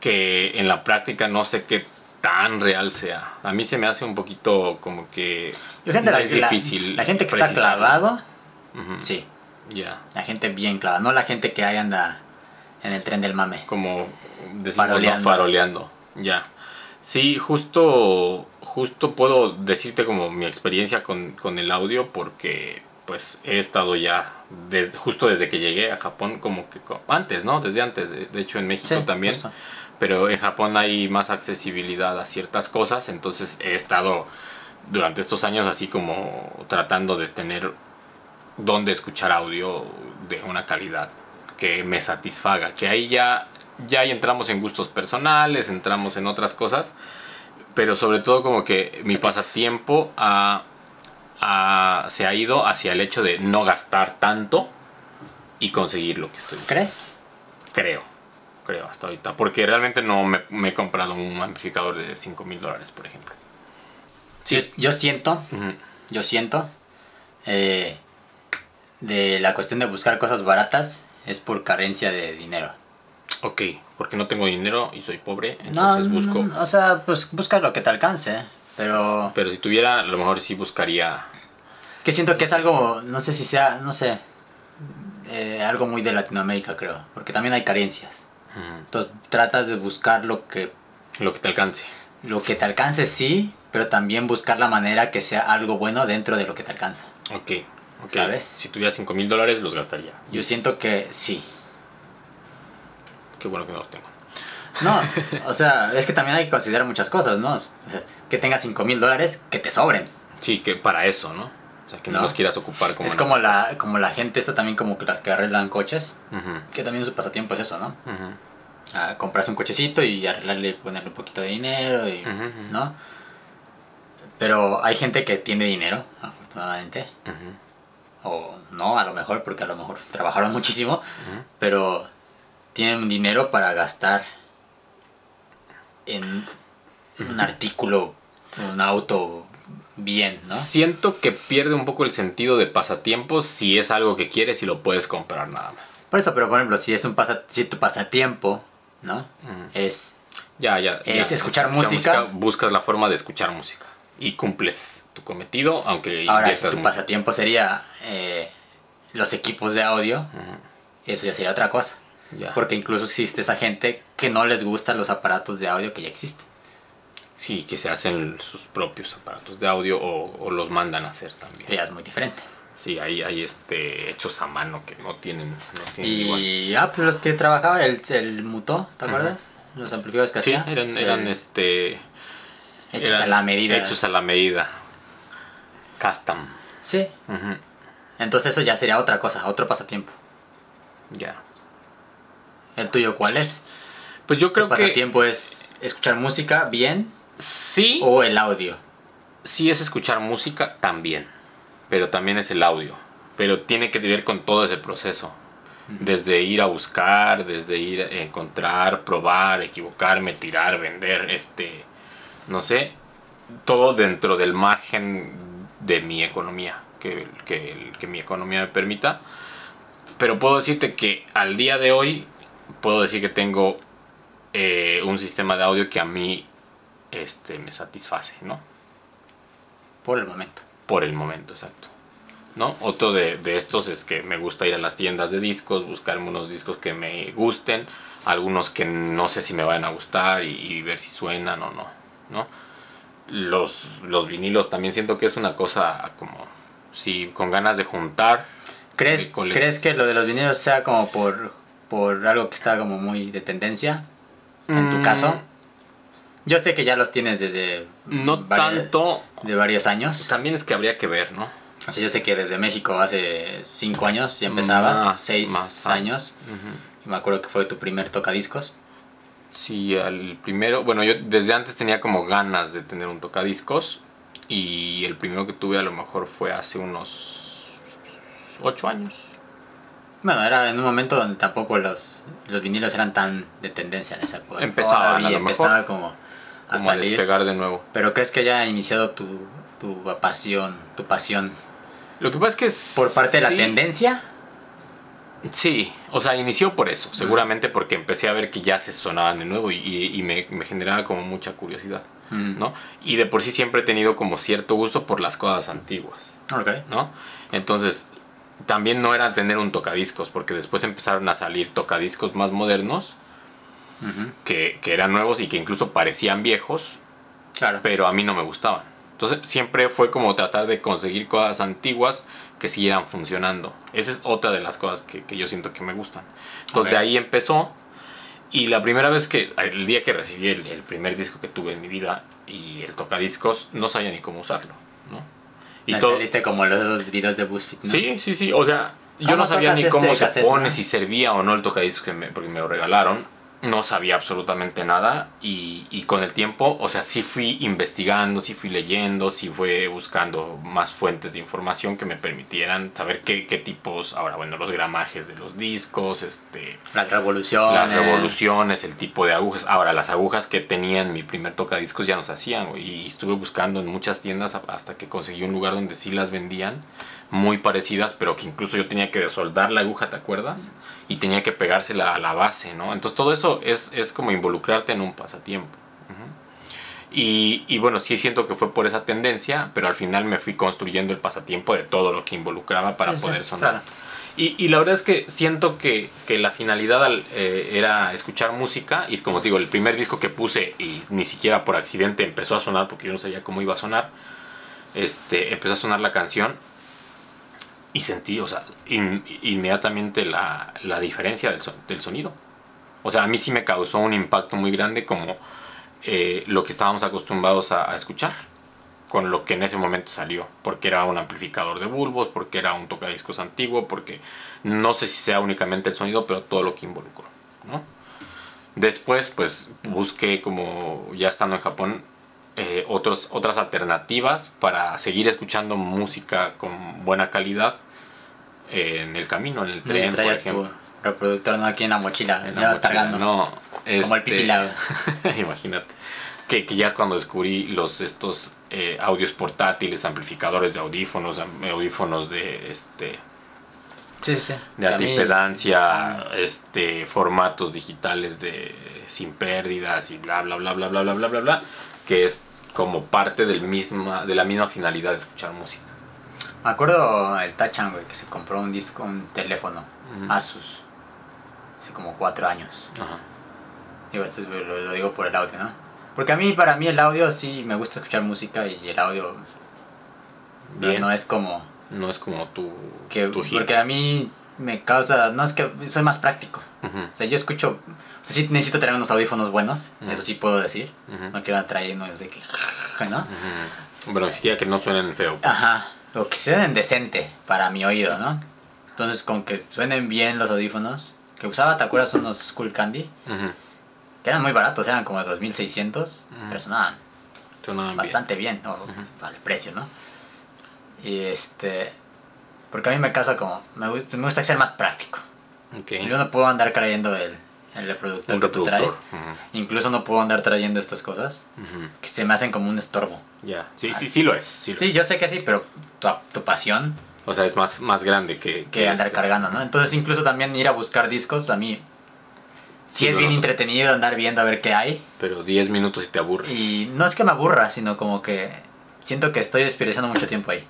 que en la práctica no sé qué tan real sea. A mí se me hace un poquito como que...
Yo gente,
no
la,
es
la-
difícil
la gente que está
precisarlo.
clavado,
Ujú,
sí,
Ya.
la gente bien clavada, no la gente que ahí anda en el tren del mame.
como decimos,
Faroleando.
¿no? faroleando. Ya. Sí, justo, justo puedo decirte como mi experiencia con, con el audio porque pues he estado ya desde, justo desde que llegué a Japón como que co- antes, ¿no? Desde antes, de, de hecho en México
Sí,
también,
justo.
pero en Japón hay más accesibilidad a ciertas cosas, entonces he estado durante estos años así como tratando de tener donde escuchar audio de una calidad que me satisfaga. Que ahí ya, ya ahí entramos en gustos personales, entramos en otras cosas, pero sobre todo como que mi pasatiempo ha- ha- se ha ido hacia el hecho de no gastar tanto y conseguir lo que estoy buscando.
¿Crees?
Creo, creo hasta ahorita, porque realmente no me, me he comprado un amplificador de 5 mil dólares, por ejemplo. Sí.
Yo- yo siento
Ujú.
yo siento, eh, de la cuestión de buscar cosas baratas es por carencia de dinero.
Ok, porque no tengo dinero y soy pobre,
No,
entonces busco.
no, o sea, pues busca lo que te alcance, pero
Pero si tuviera, a lo mejor sí buscaría.
que siento que es algo, no sé si sea, no sé, eh, algo muy de Latinoamérica creo, porque también hay carencias.
ujú,
Entonces tratas de buscar lo que,
mm, Lo que te alcance.
lo que te alcance, sí, pero también buscar la manera que sea algo bueno dentro de lo que te alcanza.
Ok, Ok,
¿Sabes?
Si tuviera 5 mil dólares, los gastaría.
Yo siento que sí.
Qué bueno que no los tengo.
No, o sea, es que también hay que considerar muchas cosas, ¿no? O sea, Que tengas 5 mil dólares, que te sobren.
Sí, que para eso, ¿no? O sea, que no,
No.
los quieras ocupar como.
es
en-
como la, como la gente está también como que las que arreglan coches,
Ujú,
que también su pasatiempo es eso, ¿no?
ujú.
A comprarse un cochecito y arreglarle, ponerle un poquito de dinero y,
Ujú, ujú.
¿no? Pero hay gente que tiene dinero, afortunadamente,
Ujú,
o no, a lo mejor, porque a lo mejor trabajaron muchísimo, pero tienen dinero para gastar en un artículo, un auto bien, ¿no?
Siento que pierde un poco el sentido de pasatiempos si es algo que quieres y lo puedes comprar nada más.
Por eso, pero por ejemplo, si es un pasa, si tu pasatiempo, ¿no?
Ujú.
Es
Ya, ya.
Es
ya.
escuchar música.
Buscas la forma de escuchar música. Y cumples tu cometido, aunque
ahora si
inviertas
tu
mucho.
pasatiempo sería eh, los equipos de audio, eso ya sería otra cosa.
Ya.
Porque incluso existe esa gente que no les gustan los aparatos de audio que ya existen.
Sí, que se hacen sus propios aparatos de audio o, o los mandan a hacer también.
que Ya es muy diferente.
Sí, hay, hay este, hechos a mano que no tienen, no tienen Eh, igual.
Y ah, pues los que trabajaba el, el Mutó, ¿te acuerdas? Los amplificadores que
Sí,
hacía.
eran, eran
eh,
este,
hechos
eran
a la medida.
Hechos a la medida. Custom.
Sí,
Ujú,
entonces eso ya sería otra cosa, otro pasatiempo.
Ya.
¿El tuyo cuál es?
Pues yo creo
¿Tu
que
pasatiempo es escuchar música bien
sí,
o el audio?
sí es escuchar música también, pero también es el audio, pero tiene que ver con todo ese proceso, desde ir a buscar, desde ir a encontrar, probar, equivocarme, tirar, vender, este, no sé, todo dentro del margen de mi economía, que, que, que mi economía me permita, pero puedo decirte que al día de hoy puedo decir que tengo eh, un sistema de audio que a mí este, me satisface, ¿no?
Por el momento.
por el momento, exacto. ¿No? Otro de, de estos es que me gusta ir a las tiendas de discos, buscarme unos discos que me gusten, algunos que no sé si me van a gustar y, y ver si suenan o no, ¿no? Los, los vinilos también siento que es una cosa como, si con ganas de juntar,
¿Crees,
Híjole.
¿crees que lo de los vinilos sea como por, por algo que está como muy de tendencia? ¿En tu
Mm,
caso? Yo sé que ya los tienes desde...
no
vari-
tanto,
De varios años.
también es que habría que ver, ¿no?
O sea, yo sé que desde México hace cinco años ya empezabas,
Más,
seis
más, ah.
años. Y me acuerdo que fue tu primer tocadiscos.
Sí, al primero, bueno, yo desde antes tenía como ganas de tener un tocadiscos y el primero que tuve a lo mejor fue hace unos ocho años.
Bueno, era en un momento donde tampoco los, los vinilos eran tan de tendencia en esa época.
Empezaban, a
Todavía
lo mejor.
empezaba como a
Como a
salir.
despegar de nuevo.
Pero crees que haya iniciado tu, tu pasión, tu pasión
Lo que pasa es que... s-
por parte de la
sí-
tendencia.
Sí, o sea, inició por eso, seguramente porque empecé a ver que ya se sonaban de nuevo y, y- y me, me generaba como mucha curiosidad,
Mm,
¿no? Y de por sí siempre he tenido como cierto gusto por las cosas antiguas.
ok.
¿no? Entonces, también no era tener un tocadiscos, porque después empezaron a salir tocadiscos más modernos,
Ujú,
que, que eran nuevos y que incluso parecían viejos,
Claro.
pero a mí no me gustaban. Entonces, siempre fue como tratar de conseguir cosas antiguas que siguieran funcionando. Esa es otra de las cosas que, que yo siento que me gustan. Entonces, de
Ok.
ahí empezó. Y la primera vez que, el día que recibí el, el primer disco que tuve en mi vida y el tocadiscos, no sabía ni cómo usarlo, ¿no?
Y
todo-
saliste como los, esos videos de BuzzFeed, ¿no?
Sí, sí, sí. O sea, yo
¿Cómo
no sabía
tocas
ni
este
cómo se
cassette,
pone,
no?
si servía o no el tocadiscos que me, porque me lo regalaron. No sabía absolutamente nada y, y con el tiempo, o sea, sí fui investigando, sí fui leyendo, sí fui buscando más fuentes de información que me permitieran saber qué, qué tipos, ahora bueno, los gramajes de los discos, este,
Las revoluciones.
las revoluciones, el tipo de agujas. Ahora, las agujas que tenía en mi primer tocadiscos ya no se hacían, güey. Y estuve buscando en muchas tiendas hasta que conseguí un lugar donde sí las vendían, muy parecidas, pero que incluso yo tenía que desoldar la aguja, ¿te acuerdas? Y tenía que pegársela a la base, ¿no? Entonces, todo eso es, es como involucrarte en un pasatiempo. Ujú. Y, y bueno, sí siento que fue por esa tendencia, pero al final me fui construyendo el pasatiempo de todo lo que involucraba para
Sí, sí,
poder sonar.
claro.
Y, y la verdad es que siento que, que la finalidad al- eh, era escuchar música y como te digo, el primer disco que puse y ni siquiera por accidente empezó a sonar porque yo no sabía cómo iba a sonar, este, empezó a sonar la canción Y sentí, o sea, in- inmediatamente la, la diferencia del, son- del sonido. O sea, a mí sí me causó un impacto muy grande como eh, lo que estábamos acostumbrados a, a escuchar con lo que en ese momento salió. Porque era un amplificador de bulbos, porque era un tocadiscos antiguo, porque no sé si sea únicamente el sonido, pero todo lo que involucró, ¿no? Después, pues busqué, como ya estando en Japón, eh, otros, otras alternativas para seguir escuchando música con buena calidad eh, en el camino, en el
Te
tren, por
traías tu
ejemplo.
reproductor no aquí en la mochila,
en
ya
la
vas
mochila,
cargando.
No,
Como el
este,
pipilado.
Imagínate. Que, que ya es cuando descubrí los estos eh, audios portátiles, amplificadores de audífonos, am- eh, audífonos de este
Sí, sí.
de alta
También-
impedancia, este, formatos digitales de sin pérdidas y bla bla bla bla bla bla bla bla bla, que es como parte del misma, de la misma finalidad de escuchar música.
Me acuerdo el Tachan, güey, que se compró un disco, un teléfono,
Ujú.
Asus, hace como cuatro años.
Ajá.
Digo, esto es- lo, lo digo por el audio, ¿no? Porque a mí, para mí, el audio sí me gusta escuchar música y el audio no-
Bien.
no es como.
No es como tu,
que
tu hit.
Porque a mí me causa. No, es que soy más práctico.
Ujú,
O sea, yo escucho. O sea, sí necesito tener unos audífonos buenos,
Ujú.
eso sí puedo decir.
Ujú.
No quiero traer unos de que. ¿No?
ujú. Bueno, ni siquiera que no suenen feo.
Ajá, o que suenen decente para mi oído, ¿no? Entonces, con que suenen bien los audífonos, que usaba, ¿te acuerdas? Unos Skull Candy,
Ujú.
que eran muy baratos, eran como de 2600,
Ujú.
pero sonaban
Sonaban bien.
bastante bien, o al precio, ¿no? Y este. Porque a mí me causa como. Me, gu- me gusta ser más práctico.
Ok.
Yo no puedo andar trayendo el, el reproductor
Un
que
reproductor.
tú traes.
Ujú,
Incluso no puedo andar trayendo estas cosas
ujú.
que se me hacen como un estorbo.
Ya. Sí, sí, sí lo es. Sí, lo
Ah. Sí, yo sé que sí, pero tu, tu pasión
es. O sea, es más, más grande que...
que andar
este.
cargando, ¿no? Entonces incluso también ir a buscar discos, a mí sí,
Sí,
es
no,
bien
no.
entretenido andar viendo a ver qué hay.
Pero 10 minutos y te aburres.
Y no es que me aburra, sino como que siento que estoy desperdiciando mucho tiempo ahí,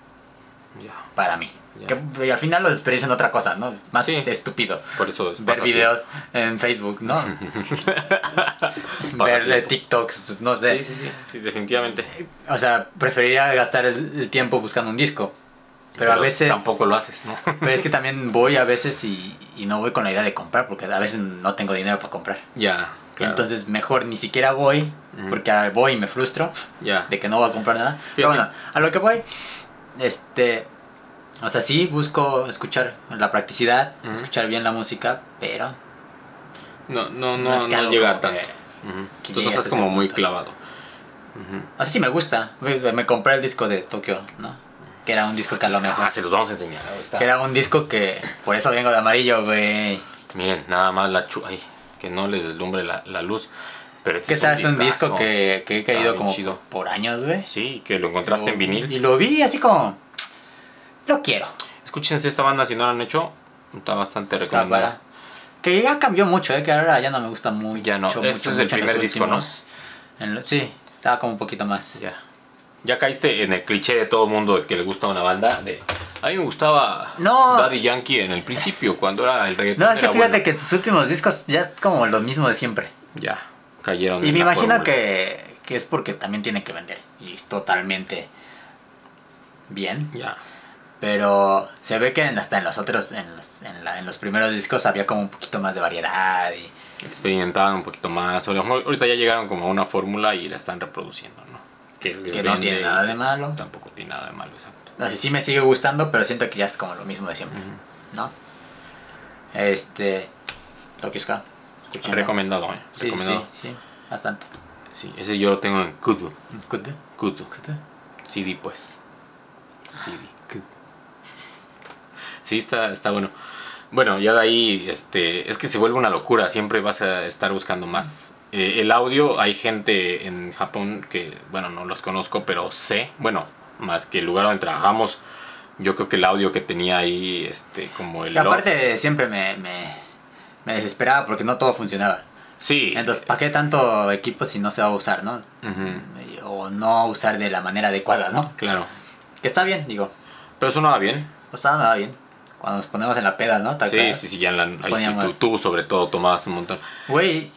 Ya.
para mí.
Ya.
Que y al final lo desperdicio en otra cosa, ¿no? Más
Sí.
estúpido.
Por eso es
Ver
pasatiempo.
videos en Facebook, ¿no? ver eh,
Pasatiempo.
TikToks, no sé.
Sí, sí, sí, sí, definitivamente.
O sea, preferiría gastar el, el tiempo buscando un disco. Pero, a veces...
Tampoco lo haces, ¿no?
Pero es que también voy a veces y, y no voy con la idea de comprar, porque a veces no tengo dinero para comprar.
ya, claro.
Entonces mejor ni siquiera voy,
Ujú.
porque ah, voy y me frustro
ya.
de que no voy a comprar nada. Pero
Fíjate.
bueno, a lo que voy, este... O sea, sí busco escuchar la practicidad,
Ujú.
escuchar bien la música, pero...
No, no,
no es
no,
que
no
algo
llega
como
tanto.
que-
Ujú.
que
Tú no
llegues a
estás
ese
como muy
punto.
clavado. Ujú.
O sea, sí me gusta. Me me compré el disco de Tokio, ¿no? Que era un disco que a lo mejor...
Ah, se los vamos a enseñar. ahí está.
Que era un disco que... Por eso vengo de amarillo, güey.
Miren, nada más la chu... Ay, que no les deslumbre la, la luz. Pero este
Que sabes, es un
discazo.
disco que, que he
Está
querido
bien
como
chido.
por años, güey.
Sí, que lo encontraste en
Lo-
vinil.
Y lo vi así como. Lo quiero.
Escúchense esta banda si no la han hecho. Está bastante
Está
recomendada.
para- Que ya cambió mucho, eh, que ahora ya no me gusta muy
Ya no.
mucho,
Este
mucho,
es el
mucho en
primer
los
disco, ¿no?
últimos- en lo- sí, estaba como un poquito más.
Ya. Ya caíste en el cliché de todo mundo de que le gusta una banda. De... A mí me gustaba
No.
Daddy Yankee en el principio, cuando era el reggaetón.
No, es que
era
fíjate
bueno.
que sus últimos discos ya es como lo mismo de siempre.
Ya, cayeron
Y
en
me
la
imagino
fórmula.
que, que es porque también tiene que vender. Y es totalmente bien.
Ya.
Pero se ve que en- hasta en los otros, en los, en, la- en los primeros discos había como un poquito más de variedad y...
experimentaban un poquito más. A lo mejor ahorita ya llegaron como a una fórmula y la están reproduciendo, ¿no? Que, les
Que no
vende
tiene
y
nada de malo.
Tampoco tiene nada de malo, exacto.
No sé, sí me sigue gustando, pero siento que ya es como lo mismo de siempre, ¿no? Este... Tokyo Ska. escúchenlo.
Recomendado, ¿eh?
Sí, sí, sí,
Recomendado.
sí, bastante.
Sí, ese yo lo tengo en Kudu.
Good.
Kudu.
Good.
CD, pues. CD. Sí, está, está bueno. Bueno, ya de ahí, este, es que se vuelve una locura, siempre vas a estar buscando más. Eh, el audio, hay gente en Japón que, bueno, no los conozco, pero sé, bueno, más que el lugar donde trabajamos, yo creo que el audio que tenía ahí, este, como el...
Que aparte siempre me, me, me desesperaba porque no todo funcionaba.
sí,
Entonces, ¿para qué tanto equipo si no se va a usar, no?
ujú,
O no usar de la manera adecuada, ¿no?
claro.
Que está bien, digo.
Pero sonaba bien.
Pues estaba nada bien. Cuando nos ponemos en la peda, ¿no? ¿Te
Sí,
acuerdas?
sí, sí, ya en la... ahí sí,
Poníamos-
tú, tú sobre todo tomabas un montón.
Güey,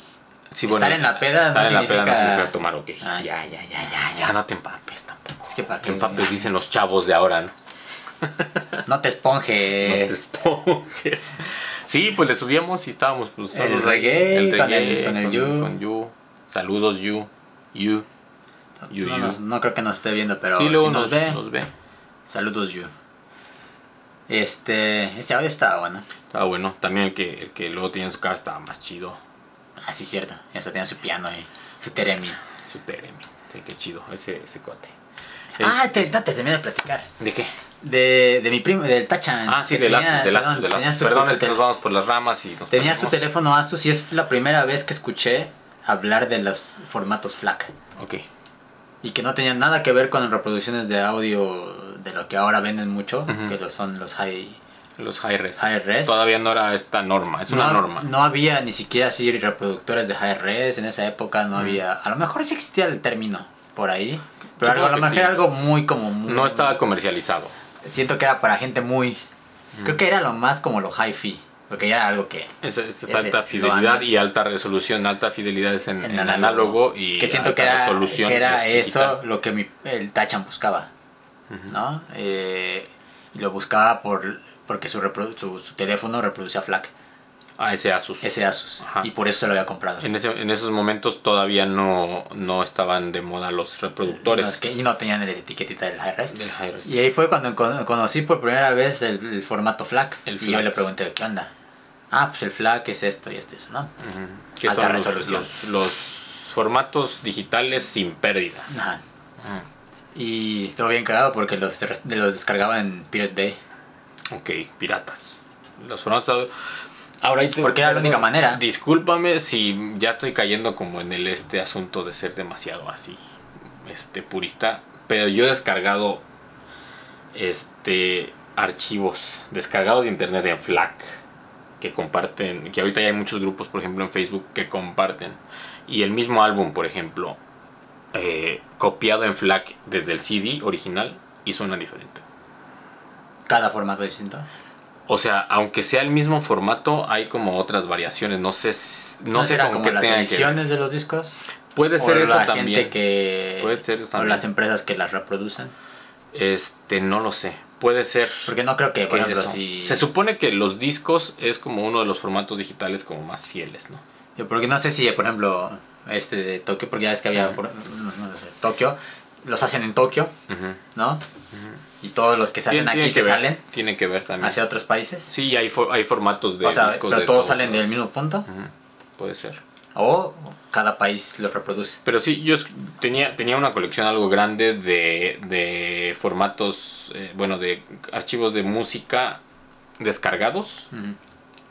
Sí,
Estar en la peda
estar
no
en la peda no
significa-
significa tomar, ok.
ah, ya, ya, ya, ya,
Ya
ya.
no te empapes tampoco.
Es que para
Te
qué.
empapes dicen los chavos de ahora, ¿no?
No te
No te
esponjes.
esponjes. Sí, pues le subíamos y estábamos. Pues,
El
solos ahí.
reggae con el- con el Yu.
con Yu. Saludos, Yu. Yu.
No,
Yu,
no
yu.
nos- no creo que nos esté viendo, pero
sí, luego
si nos,
nos,
ve,
nos ve.
saludos yo. Este, este audio estaba bueno.
Está Ah, bueno. También el que, el que luego tiene en su casa estaba más chido.
Ah, sí, cierto. Ya se tenía su piano y su teremi.
Su Teremi. Sí, qué chido. Ese, ese cuate.
Ah, te, no, te terminé de platicar.
Es- ¿De qué?
De, de mi primo, del Tachan.
Ah, sí,
que
de
tenía-
lazos, de lazos,
perdón,
de
tenía
lazos.
su
Perdón,
puto
es que nos
tele-
vamos por las ramas y nos
Tenía su
perdemos.
teléfono Asus y es la primera vez que escuché hablar de los formatos FLAC.
Ok.
Y que no tenía nada que ver con reproducciones de audio de lo que ahora venden mucho,
Ujú.
que lo son los high...
Los high res.
High res.
Todavía no era esta norma, es una
no,
norma.
no había ni siquiera así reproductores de high res en esa época, no había... A lo mejor sí existía el término por ahí, pero
Supongo
algo- a lo
que
mejor
sí.
era algo muy como... muy-
No estaba comercializado.
Siento que era para gente muy... Creo que era lo más como lo hi-fi, porque ya era algo que...
Es, es- es
Ese,
alta
lo
fidelidad
ana-
y alta resolución. Alta fidelidad es en,
en
en
análogo,
análogo y
que siento
alta
que era,
resolución
que era
es
eso
digital.
lo que mi, el Tachan buscaba no Eh, y lo buscaba por porque su, reprodu- su, su teléfono reproducía FLAC
Ah, ese Asus.
ese Asus
Ajá.
y por eso se lo había comprado
En, ese- en esos momentos todavía no, no estaban de moda los
No, es
reproductores
que- y no tenían la etiquetita del hi
del high res.
y ahí fue cuando con- conocí por primera vez el, el formato FLAC
El
y yo
FLAC.
le pregunté qué onda ah pues el FLAC es esto y esto y eso no
que
alta
son los-
resolución.
Los, los formatos digitales sin pérdida.
Ajá. y estuvo bien cagado porque los res- los descargaba en Pirate Bay
Ok, piratas. Los formatos. Ahora ahí te-
Porque era la única manera.
Discúlpame si ya estoy cayendo como en el este asunto de ser demasiado así, este purista, pero yo he descargado este archivos descargados de internet en FLAC que comparten, que ahorita ya hay muchos grupos, por ejemplo, en Facebook que comparten y el mismo álbum, por ejemplo, eh, copiado en FLAC desde el CD original y suena diferente.
cada formato distinto
O sea, aunque sea el mismo formato, hay como otras variaciones. No sé, s- no sé
será
con
como
qué
las
tenga que ver.
ediciones de los discos
Puede ser
o
eso
la
también.
gente que
Puede ser eso
o
también.
las empresas que las reproducen
Este, no lo sé. Puede ser.
porque no creo que por
que
ejemplo
eso.
si
Se supone que los discos es como uno de los formatos digitales como más fieles, ¿no?
yo porque no sé si por ejemplo este de Tokio porque ya ves que había por- no, no sé, Tokio los hacen en Tokio no y todos los que se hacen
Tiene-
aquí
tiene
se
que ver,
salen
Tiene que ver también.
hacia otros países
Sí, hay, for- hay formatos de
o sea
discos
pero
de
todos
todo.
salen del mismo punto
Ujú, Puede ser.
o cada país los reproduce
Pero sí, yo es- tenía, tenía una colección algo grande de, de formatos, eh, bueno, de archivos de música descargados
Ujú.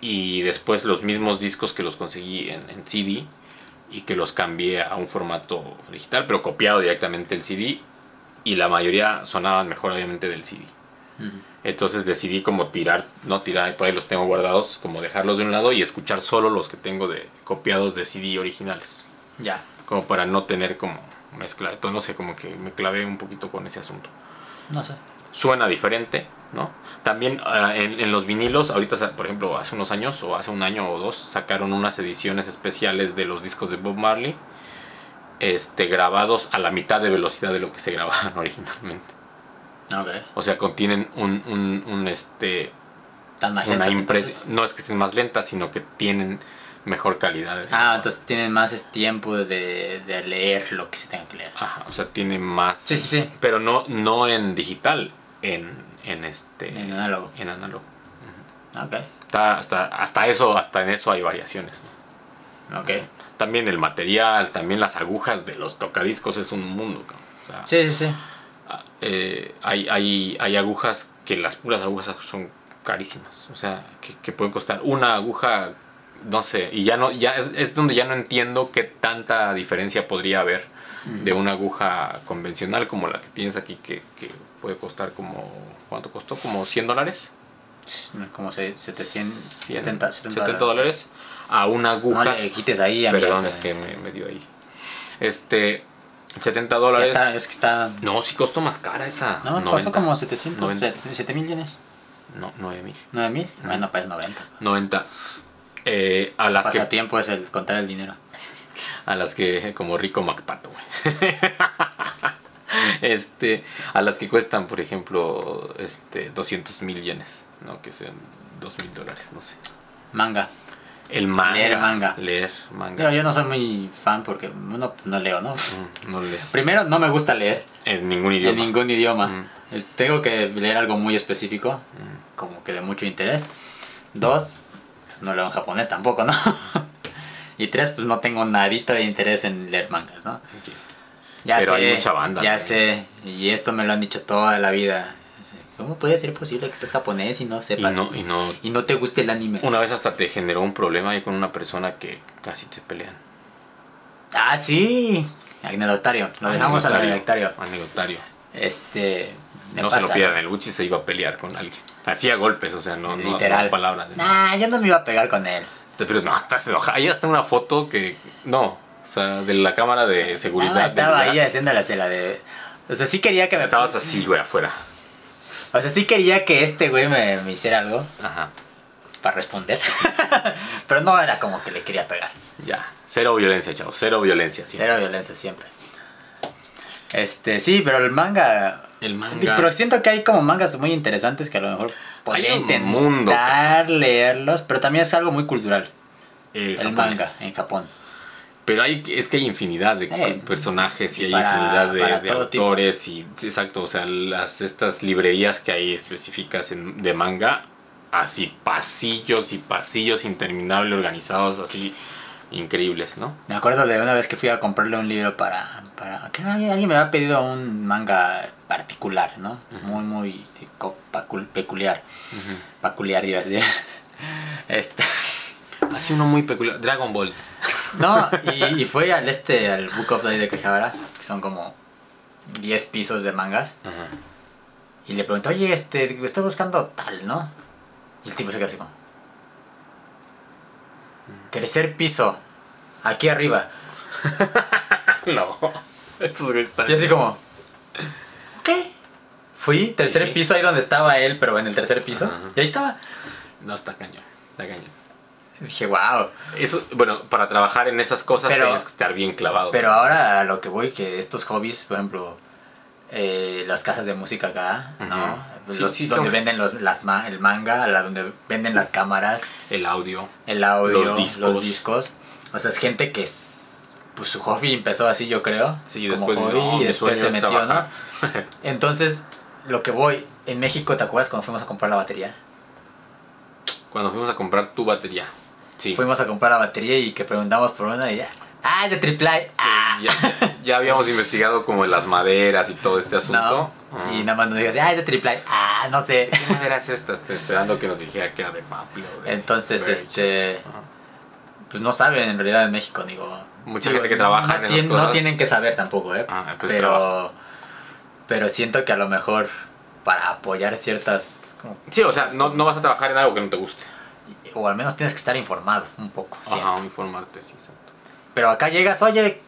y después los mismos discos que los conseguí en, en CD y que los cambié a un formato digital, pero copiado directamente el CD y la mayoría sonaban mejor obviamente del CD.
Ujú.
Entonces decidí como tirar, no tirar, por ahí los tengo guardados, como dejarlos de un lado y escuchar solo los que tengo de copiados de CD originales
ya
como para no tener como mezcla de todo, no sé, como que me clavé un poquito con ese asunto.
no sé
Suena diferente, ¿no? También ah, en, en los vinilos, ahorita, sa- por ejemplo, hace unos años o hace un año o dos, sacaron unas ediciones especiales de los discos de Bob Marley, este, grabados a la mitad de velocidad de lo que se grababan originalmente.
okay
O sea, contienen un, un, un, este,
tan más
una
lentas,
impresión.
entonces.
No es que estén más lentas, sino que tienen mejor calidad. de-
ah entonces tienen más es- tiempo de, de leer lo que se tenga que leer
Ajá, o sea, tiene más.
Sí, sí, sí.
Pero no, no en digital, en, en este.
En análogo.
En análogo.
Ok,
Está- hasta, hasta eso, hasta en eso hay variaciones. ¿no?
ok.
También el material, también las agujas de los tocadiscos es un mundo, cabrón. O sea,
Sí, sí, sí.
ah, eh, hay, hay, hay agujas que las puras agujas son carísimas. O sea, que, que pueden costar una aguja, no sé, y ya no, ya es, es donde ya no entiendo qué tanta diferencia podría haber de una aguja convencional como la que tienes aquí, que, que puede costar como, ¿cuánto costó? Como 100 dólares.
Como se- 700,
100,
70, 70,
70 dólares a una aguja.
No le quites ahí, amigo.
Perdón, es que me, me dio ahí. Este, 70
Ya
dólares.
está, es que está...
No, sí costó más cara esa.
No,
90.
costó como 700,
90.
7 mil yenes.
No, 9 mil.
¿9 mil? Bueno, pues 90.
90. Eh, a, las que,
Pasatiempo es el contar el dinero.
a las que, como rico Macpato, güey. este, a las que cuestan, por ejemplo, este, 200 mil yenes, ¿no? Que sean 2 mil dólares, no sé.
Manga.
El manga.
Leer manga.
Leer manga.
Yo, yo no soy muy fan porque no, no leo, ¿no?
Mm, No lees
Primero, no me gusta leer
en ningún idioma.
en ningún idioma.
Mm.
Es- Tengo que leer algo muy específico, mm, como que de mucho interés. Dos, no leo en japonés tampoco, ¿no? y tres, pues no tengo nadita de interés en leer mangas, ¿no?
Ok.
Ya
Pero
sé,
hay mucha banda,
Ya
¿no?
sé, y esto me lo han dicho toda la vida. ¿Cómo puede ser posible que estés japonés y no
Y
sepas?
no, y no.
y no te guste el anime.
Una vez hasta te generó un problema ahí con una persona que casi te pelean.
Ah, sí. Anecdotario. Lo dejamos al anecdotario.
Anecdotario.
Este. me
No se
pasa.
lo pierdan, el Gucci se iba a pelear con alguien. Hacía golpes, o sea, no, no,
Literal.
no palabras.
Nah, yo no me iba a pegar con él.
Pero no, estás enojado. Ahí hasta una foto que. No, o sea, de la cámara de seguridad.
Nada,
del
estaba
lugar.
ahí haciéndole así la de. O sea, sí quería que me.
Estabas así, güey, afuera.
O sea, sí quería que este güey me, me hiciera algo
Ajá,
para responder. Pero no era como que le quería pegar.
ya. Cero violencia, chavos, cero violencia. sí.
Cero violencia siempre. Este, sí, pero el manga.
El manga.
Pero siento que hay como mangas muy interesantes que a lo mejor podría
un
intentar
mundo,
leerlos, pero también es algo muy cultural.
Eh,
El
japonés.
manga en Japón.
Pero hay, es que hay infinidad de
Eh,
personajes y,
y
hay
para-
infinidad
para
de, de
todo tipo.
autores y sí, exacto, o sea, las estas librerías que hay específicas en- de manga, así pasillos y pasillos interminables organizados, así increíbles, ¿no?
Me acuerdo de una vez que fui a comprarle un libro para... para que alguien, alguien me había pedido un manga particular, ¿no? Muy, muy sí, co- pacul- peculiar. Peculiar, iba a decir. Este,
Así uno muy peculiar, Dragon Ball.
no, y, y fue al este, al Book of Light de Quejabara, que son como 10 pisos de mangas.
Ajá.
Y le pregunté, oye, este, estoy buscando tal, ¿no? Y el tipo se quedó así como... Tercer piso, aquí arriba.
No. Estos güeyes están-
Y así como, ok. Fui, tercer
Sí.
piso, ahí donde estaba él, pero en el tercer piso.
Ajá.
Y ahí estaba.
No, está cañón, está cañón.
Dije, wow.
Eso, bueno, para trabajar en esas cosas
Pero-
tienes que estar bien clavado.
Pero ahora a lo que voy, que estos hobbies, por ejemplo, eh, las casas de música acá, ¿no?
Ujú. Sí,
Los-
sí,
donde
son-
venden los, las ma- el manga, la, donde venden las cámaras,
El audio.
el audio,
Los
los
discos.
discos. O sea, es gente que es, pues su hobby empezó así, yo creo.
Sí,
como
después,
hobby,
no,
y
mi
después
sueño
se
es
metió,
trabajar.
¿no? Entonces, lo que voy, en México, ¿te acuerdas cuando fuimos a comprar la batería?
Cuando fuimos a comprar tu batería. Sí.
Fuimos a comprar la batería y que preguntamos por una y ya. Ah, es de triple Ah,
ya, ya habíamos investigado como las maderas y todo este asunto.
no.
Mm.
Y nada más nos dijeron, ah, es de triple Ah, no sé.
¿Qué madera es esta? Estoy esperando que nos dijera que era de maple o de
Entonces,
birch.
este.
Ajá.
Pues no saben en realidad en México, digo.
Mucha
digo,
gente que trabaja
no
en esas
tien-
cosas.
No tienen que saber tampoco, ¿eh?
Ah, pues
pero.
trabaja.
Pero siento que a lo mejor para apoyar ciertas. como-
Sí, o sea, no, no vas a trabajar en algo que no te guste.
o al menos tienes que estar informado un poco. siempre.
Ajá, informarte, sí, exacto.
Pero acá llegas, oye,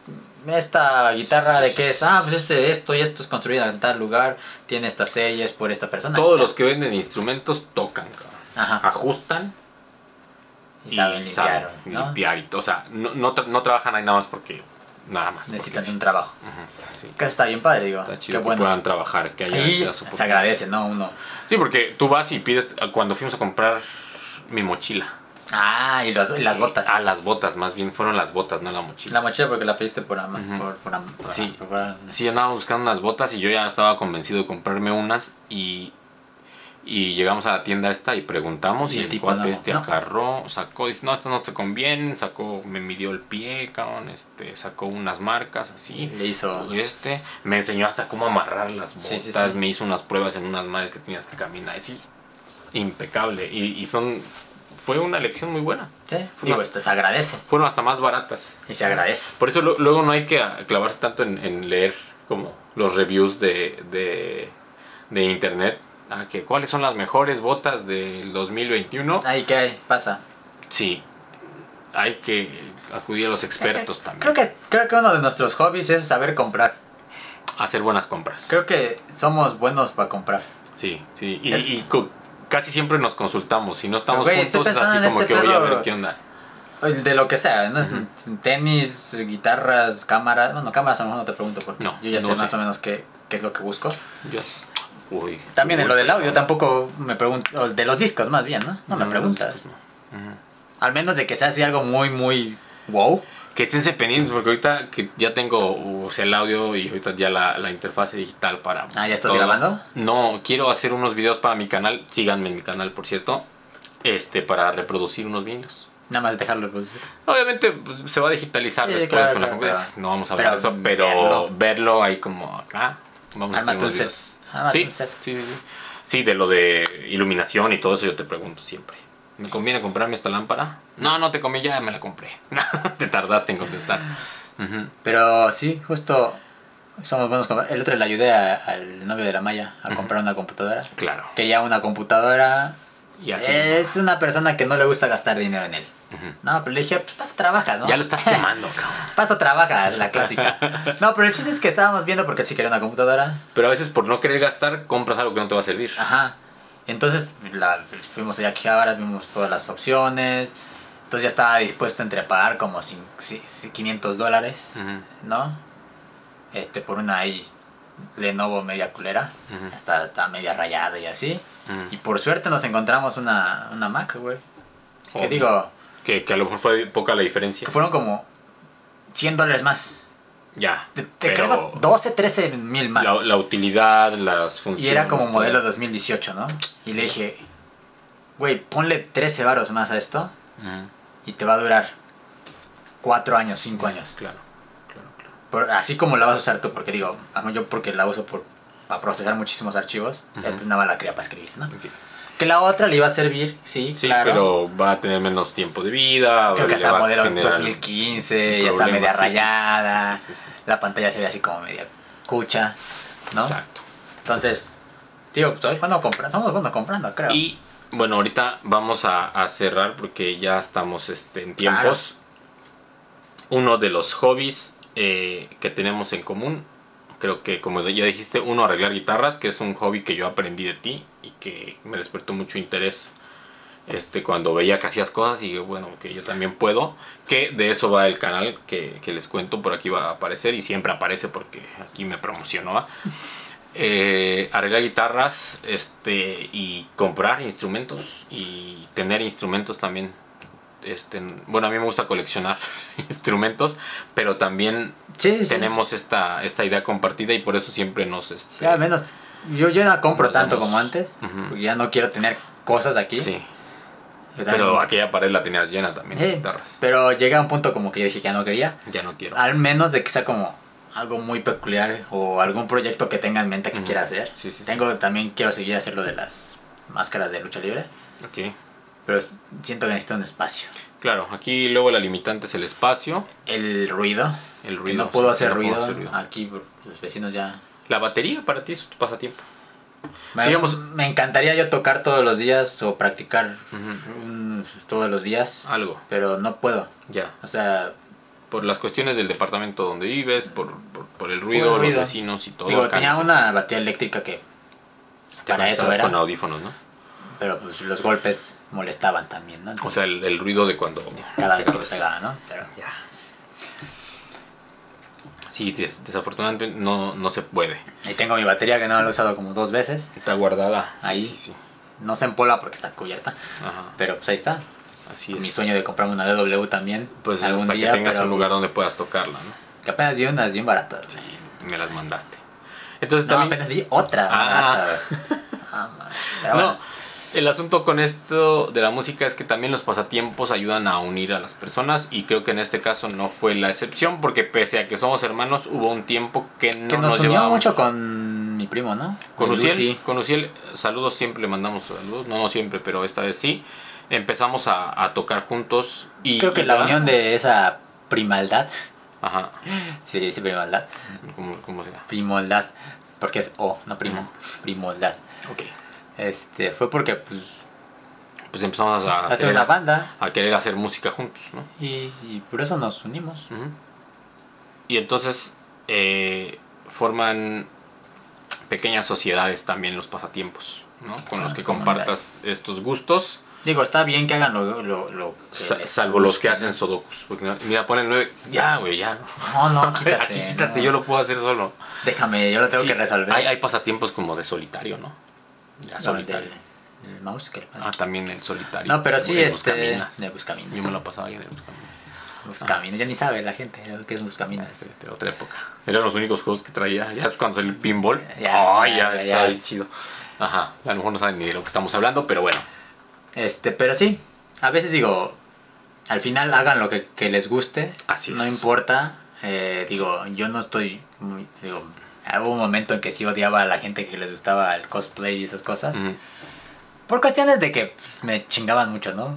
esta guitarra de qué es, ah, pues este, esto y esto es construida en tal lugar, tiene estas series por esta persona.
Todos los Ah, que venden instrumentos tocan, cabrón.
Ajá.
Ajustan
Y saben limpiar, ¿no?
limpiar y todo. O sea, no, no, tra- no trabajan ahí nada más porque. Nada más.
Necesitan
porque
un
sí.
trabajo.
Ujú, sí.
Que eso está bien padre, digo.
Está
Qué
chido que
bueno.
puedan trabajar, que haya
Y
esas
se agradece, ¿no? Uno.
Sí, porque tú vas y pides. Cuando fuimos a comprar mi mochila.
Ah, y, los- y las
Sí.
botas.
Ah, las botas, más bien fueron las botas, no la mochila.
La mochila porque la pediste por ama. por, por ama- por-
Sí.
por- por-
Sí, andaba buscando unas botas y yo ya estaba convencido de comprarme unas y, y llegamos a la tienda esta y preguntamos
Y
y
el
el
tipo
cuate
no,
este
no.
agarró, sacó, dice, no, estas no te convienen, sacó, me midió el pie, cabrón, este, sacó unas marcas así.
Le hizo.
Este, me enseñó hasta cómo amarrar las botas,
Sí, sí, sí.
me hizo unas pruebas en unas madres que tenías que caminar, sí, impecable y, y son, fue una lección muy buena,
Sí, digo, esto se agradece.
fueron hasta más baratas.
Y se agradece.
Por eso lo- luego no hay que a- clavarse tanto en, en leer como los reviews de, de, de internet. Ah, que cuáles son las mejores botas del 2021.
Ahí, ¿qué hay? Pasa.
Sí, hay que acudir a los expertos
Creo
también.
que, creo que uno de nuestros hobbies es saber comprar.
Hacer buenas compras.
Creo que somos buenos para comprar.
Sí, sí. Y, y co- casi siempre nos consultamos. Si no estamos
Güey, estoy
juntos, es así
pensando en
como
este
que voy a
pedo".
ver qué onda.
De lo que sea, ¿no? Es Tenis, guitarras, cámaras. Bueno, cámaras a lo mejor no te pregunto porque
No,
yo ya
no
sé
sé.
más o menos qué, que es lo que busco.
Yo- uy,
También en
uy,
lo del
pero-
audio tampoco me pregunto, o de los discos más bien, ¿no? No me
No,
preguntas.
Ujú.
Al menos de que sea así algo muy, muy wow.
Que esténse pendientes porque ahorita que ya tengo uh, o sea, el audio y ahorita ya la, la interfase digital para...
Ah, ¿ya estás grabando?
No, quiero hacer unos videos para mi canal. Síganme en mi canal, por cierto. Este, para reproducir unos vinos.
Nada más dejarlo. pues,
Obviamente pues, se va a digitalizar
Sí,
después
claro,
con la
claro,
compu-
claro.
No vamos a hablar de
Pero
eso, pero
verlo.
verlo. ahí como acá. Vamos a hacer
Ármate un
unos
set.
videos.
Ármate
Sí,
un set.
sí, sí, sí. Sí, de lo de iluminación y todo eso yo te pregunto siempre. ¿Me conviene comprarme esta lámpara? No, no te conviene, ya me la compré. te tardaste en contestar. Ujú.
Pero sí, justo somos buenos. compa- El otro le ayudé a- al novio de la Maya a comprar una computadora.
Claro.
Quería una computadora.
Y así.
es una persona que no le gusta gastar dinero en él.
Ujú.
No, pero le dije, pues pasa, trabajas, ¿no?
Ya lo estás quemando, cabrón.
Pasa, trabajas, la clásica. No, pero el chiste es que estábamos viendo porque él sí quería una computadora.
Pero a veces por no querer gastar, compras algo que no te va a servir.
Ajá. Entonces la, fuimos allá a ahora vimos todas las opciones. Entonces ya estaba dispuesto entre pagar como cin- ci- ci- 500 dólares,
Ujú,
¿no? Este, por una ahí Lenovo media culera.
Ujú.
Hasta está media rayada y así.
ujú.
Y por suerte nos encontramos una, una Mac, güey. Que
Obvio.
digo,
Que, que a lo mejor fue poca la diferencia.
que fueron como 100 dólares más.
Ya.
Te, te
pero-
creo 12, 13 mil más.
La, este la utilidad, las funciones.
Y era como
todo.
modelo 2018, ¿no? Y le dije, güey, ponle 13 varos más a esto
Ujú.
y te va a durar 4 años, 5 años.
Claro, claro, claro.
Por- así como la vas a usar tú, porque digo, a mí yo porque la uso por, para procesar muchísimos archivos,
Ujú.
eh, pues nada más la quería para escribir, ¿no?
Ok.
Que la otra le iba a servir, sí,
Sí,
claro.
pero va a tener menos tiempo de vida.
Creo que
le va
hasta
a
modelo
generar
2015, ya está
problemas, sí, sí,
media
sí,
rayada,
sí, sí, sí.
la pantalla se ve así como media cucha, ¿no?
Exacto.
Entonces, tío, soy bueno comprando, somos bueno comprando, creo.
pues, Y bueno, ahorita vamos a, a cerrar porque ya estamos este, en
Claro.
tiempos. Uno de los hobbies eh, que tenemos en común, creo que como ya dijiste, uno arreglar guitarras, que es un hobby que yo aprendí de ti y que me despertó mucho interés. Este, cuando veía que hacías cosas y dije, bueno, que yo también puedo, que de eso va el canal que, que les cuento, por aquí va a aparecer y siempre aparece porque aquí me promocionó. ¿va? eh, arreglar guitarras este y comprar instrumentos y tener instrumentos también este bueno a mí me gusta coleccionar instrumentos pero también
sí, sí.
tenemos esta esta idea compartida y por eso siempre nos este,
Ya, al menos. Yo, yo no compro
Nos
tanto
damos-
como antes.
Ujú.
porque ya no quiero tener cosas aquí.
sí
Yo también-
pero aquella pared la tenías llena también de
Sí,
guitarras
Pero llega un punto como que yo dije que ya no quería.
ya no quiero
Al menos de que sea como algo muy peculiar o algún proyecto que tenga en mente que
Ujú.
quiera hacer.
Sí, sí, sí.
Tengo también, quiero seguir haciendo de las máscaras de lucha libre.
Ok.
Pero s- siento que necesito un espacio.
claro aquí luego la limitante es el espacio
El ruido.
el
que
ruido
no puedo
sí,
hacer
no puedo
ruido. Ah.
hacer ruido.
Aquí por- los vecinos ya.
la batería para ti es tu pasatiempo
Me,
Digamos-
me encantaría yo tocar todos los días o practicar
Ujú.
mm, todos los días.
algo
Pero no puedo.
ya
O sea,
por las cuestiones del departamento donde vives, por, por, por el ruido,
Por el ruido.
los vecinos y todo.
digo,
acá
tenía
no sé,
una batería eléctrica que
te
para eso
conectabas
era,
con audífonos, ¿no?
pero pues los golpes molestaban también, ¿no?
O sea, pues. el, el ruido de cuando...
cada vez que me
pegabas.
pegaba, ¿no? Pero
Ya. Sí, de- desafortunadamente no, no se puede.
ahí tengo mi batería que no la he usado como dos veces,
Está guardada. Sí,
Ahí.
Sí, sí.
no se empola porque está cubierta,
Ajá,
pero pues ahí está.
así
Mi
es.
sueño de comprarme una DW también
Pues
algún
hasta
día,
que tengas
pero
un lugar donde puedas tocarla, ¿no?
que apenas vi unas bien baratas. güey.
Y me las mandaste. Entonces
No,
también...
apenas vi otra
Ah.
barata. güey. Ah, man. Pero
No,
bueno,
el asunto con esto de la música es que también los pasatiempos ayudan a unir a las personas y creo que en este caso no fue la excepción porque pese a que somos hermanos hubo un tiempo que no
que
nos,
nos, unió
llevábamos.
mucho con mi primo, ¿no?
Con Uciel,
Lucy.
con Uciel, saludos siempre, le mandamos saludos, no, no siempre, pero esta vez sí. Empezamos a, a tocar juntos y...
Creo que
y
la
ya.
unión de esa primaldad,
Ajá,
sí, dice primaldad,
como, como sea.
Primoldad, porque es O, no primo, primoldad.
Ok.
Este, fue porque pues,
Pues empezamos a,
Hacer
querer
una
hac-
banda.
A querer hacer música juntos, ¿no?
y, y por eso nos unimos.
Ujú. Y entonces eh, forman pequeñas sociedades también los pasatiempos, ¿no? Con los
Ah,
que
como
compartas estos gustos
Digo, está bien que hagan lo, lo, lo que
Sa-
les-
salvo los que hacen sudokus. Porque no- mira, ponen nueve. Ya, güey, ya. No.
No, no, quítate.
Aquí quítate,
no.
yo lo puedo hacer solo.
Déjame, yo lo tengo
Sí,
que resolver.
Hay, hay pasatiempos como de solitario, ¿no? Ya,
No, del-
solitario.
del mouse que le ponen.
Ah, también el solitario.
No, pero sí,
de
este.
Buscaminas. Ah.
De Buscaminas.
Yo me la pasaba ya de Buscaminas.
Buscaminas, ya ni sabe la gente lo que es Buscaminas.
Este, de otra época. Eran los únicos juegos que traía. Ya es cuando salió el pinball.
Ya,
Ay, ya,
ya,
está
ya.
bien chido. Ajá. A lo mejor no saben ni de lo que estamos hablando, pero bueno.
Este, pero sí, a veces digo, al final hagan lo que, que les guste.
Así
No
es.
importa. eh, digo, yo no estoy muy. Digo, hubo un momento en que sí odiaba a la gente que les gustaba el cosplay y esas cosas.
Ujú.
Por cuestiones de que pues, me chingaban mucho, ¿no?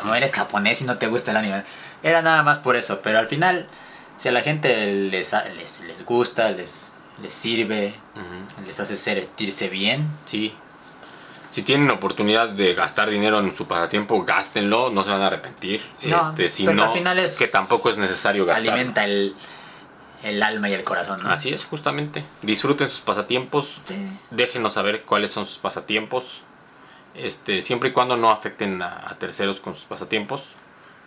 Como eres japonés y no te gusta el anime. Era nada más por eso, pero al final, si a la gente les, ha- les, les gusta, les, les sirve,
Ujú.
les hace sentirse bien,
Sí. Si tienen la oportunidad de gastar dinero en su pasatiempo, gástenlo, no se van a arrepentir.
No,
este, si
pero
no,
al final es-
que tampoco es necesario gastar.
alimenta el, el alma y el corazón, ¿no? Este,
Así es, justamente. Disfruten sus pasatiempos,
Sí.
déjenos saber cuáles son sus pasatiempos. Este, siempre y cuando no afecten a, a terceros con sus pasatiempos,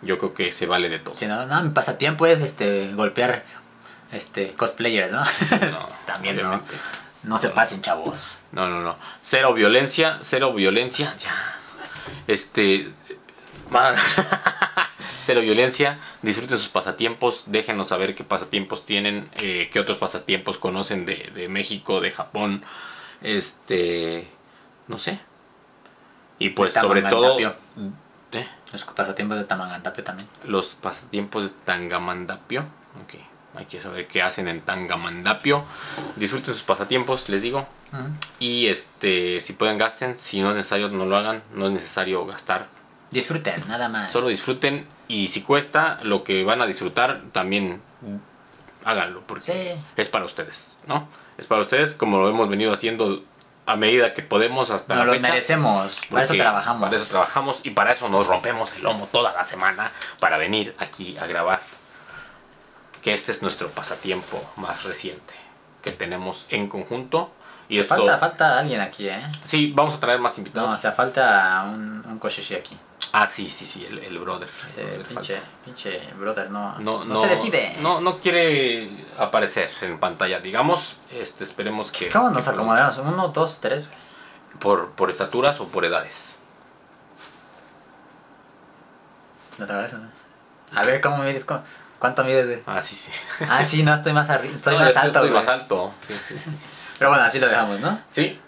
yo creo que se vale de todo.
Sí, no, no, mi pasatiempo es este golpear este cosplayers, ¿no?
No,
También
obviamente.
no se pasen, chavos.
No, no, no. Cero violencia, cero violencia. Ya. Este. más. cero violencia. Disfruten sus pasatiempos. Déjenos saber qué pasatiempos tienen. eh, qué otros pasatiempos conocen de, de México, de Japón. Este. No sé. Y pues
De
sobre todo.
Tamangantapio. Mm,
¿eh?
Los pasatiempos de Tamangantapio también.
Los pasatiempos de Tangamandapio. Ok. Hay que saber qué hacen en Tangamandapio. Disfruten sus pasatiempos, les digo.
Ujú.
Y este, si pueden gasten, si no es necesario no lo hagan, no es necesario gastar.
Disfruten, nada más.
Solo disfruten y si cuesta lo que van a disfrutar, también háganlo, porque
Sí.
es para ustedes, ¿no? Es para ustedes como lo hemos venido haciendo a medida que podemos hasta
Nos
la
lo
fecha.
merecemos. Para eso
porque
trabajamos.
Para eso trabajamos y para eso nos rompemos el lomo toda la semana para venir aquí a grabar. Que este es nuestro pasatiempo más reciente que tenemos en conjunto. Y esto,
Falta, falta alguien aquí, ¿eh?
Sí, vamos a traer más
No,
invitados.
o sea, falta un, un Koshishi aquí.
Ah, sí, sí, sí, el, el brother.
Ese
el brother
pinche,
falta.
pinche brother, no,
No,
no
no,
se decide.
No, no quiere aparecer en pantalla, digamos. Este, esperemos que.
Pues, ¿Cómo nos
que
acomodamos? Uno, dos, tres.
Por, por estaturas o por edades.
No te acuerdas, ¿no? A ver, ¿cómo mides? ¿Cómo- ¿Cuánto mides, güey?
Ah, sí, sí.
Ah, sí, no, estoy más arriba. Estoy
No,
más
yo
alto,
Estoy
güey.
más alto. Sí, sí, sí.
Pero bueno, así lo dejamos, ¿no?
Sí.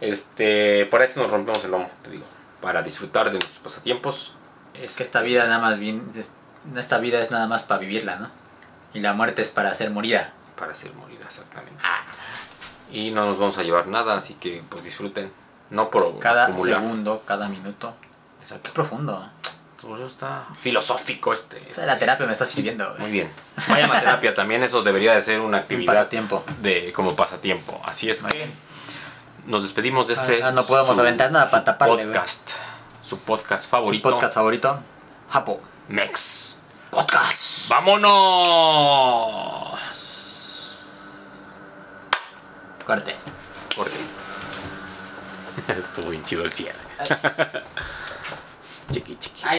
Este, para eso nos rompemos el lomo, te digo. Para disfrutar de nuestros pasatiempos.
Es que esta vida nada más bien. es- Esta vida es nada más para vivirla, ¿no? Y la muerte es para ser morida.
Para ser morida, exactamente.
Ah,
Y no nos vamos a llevar nada, así que pues disfruten. No por
cada
acumular.
segundo, cada minuto. Qué
Exacto.
profundo.
Por eso está filosófico este.
O sea, la terapia me está sirviendo,
Muy
güey.
bien. Vayan a terapia también, eso debería de ser una
Un
actividad
pasatiempo.
de como pasatiempo. Así es
Muy
que
bien.
nos despedimos de este
Ah, no podemos aventar nada para
su
taparle, güey.
podcast. Su podcast
Su
favorito.
podcast favorito, Japo.
Mex.
Podcast.
Vámonos.
Corte.
Corte. Estuvo bien chido el cierre. chiqui chiqui.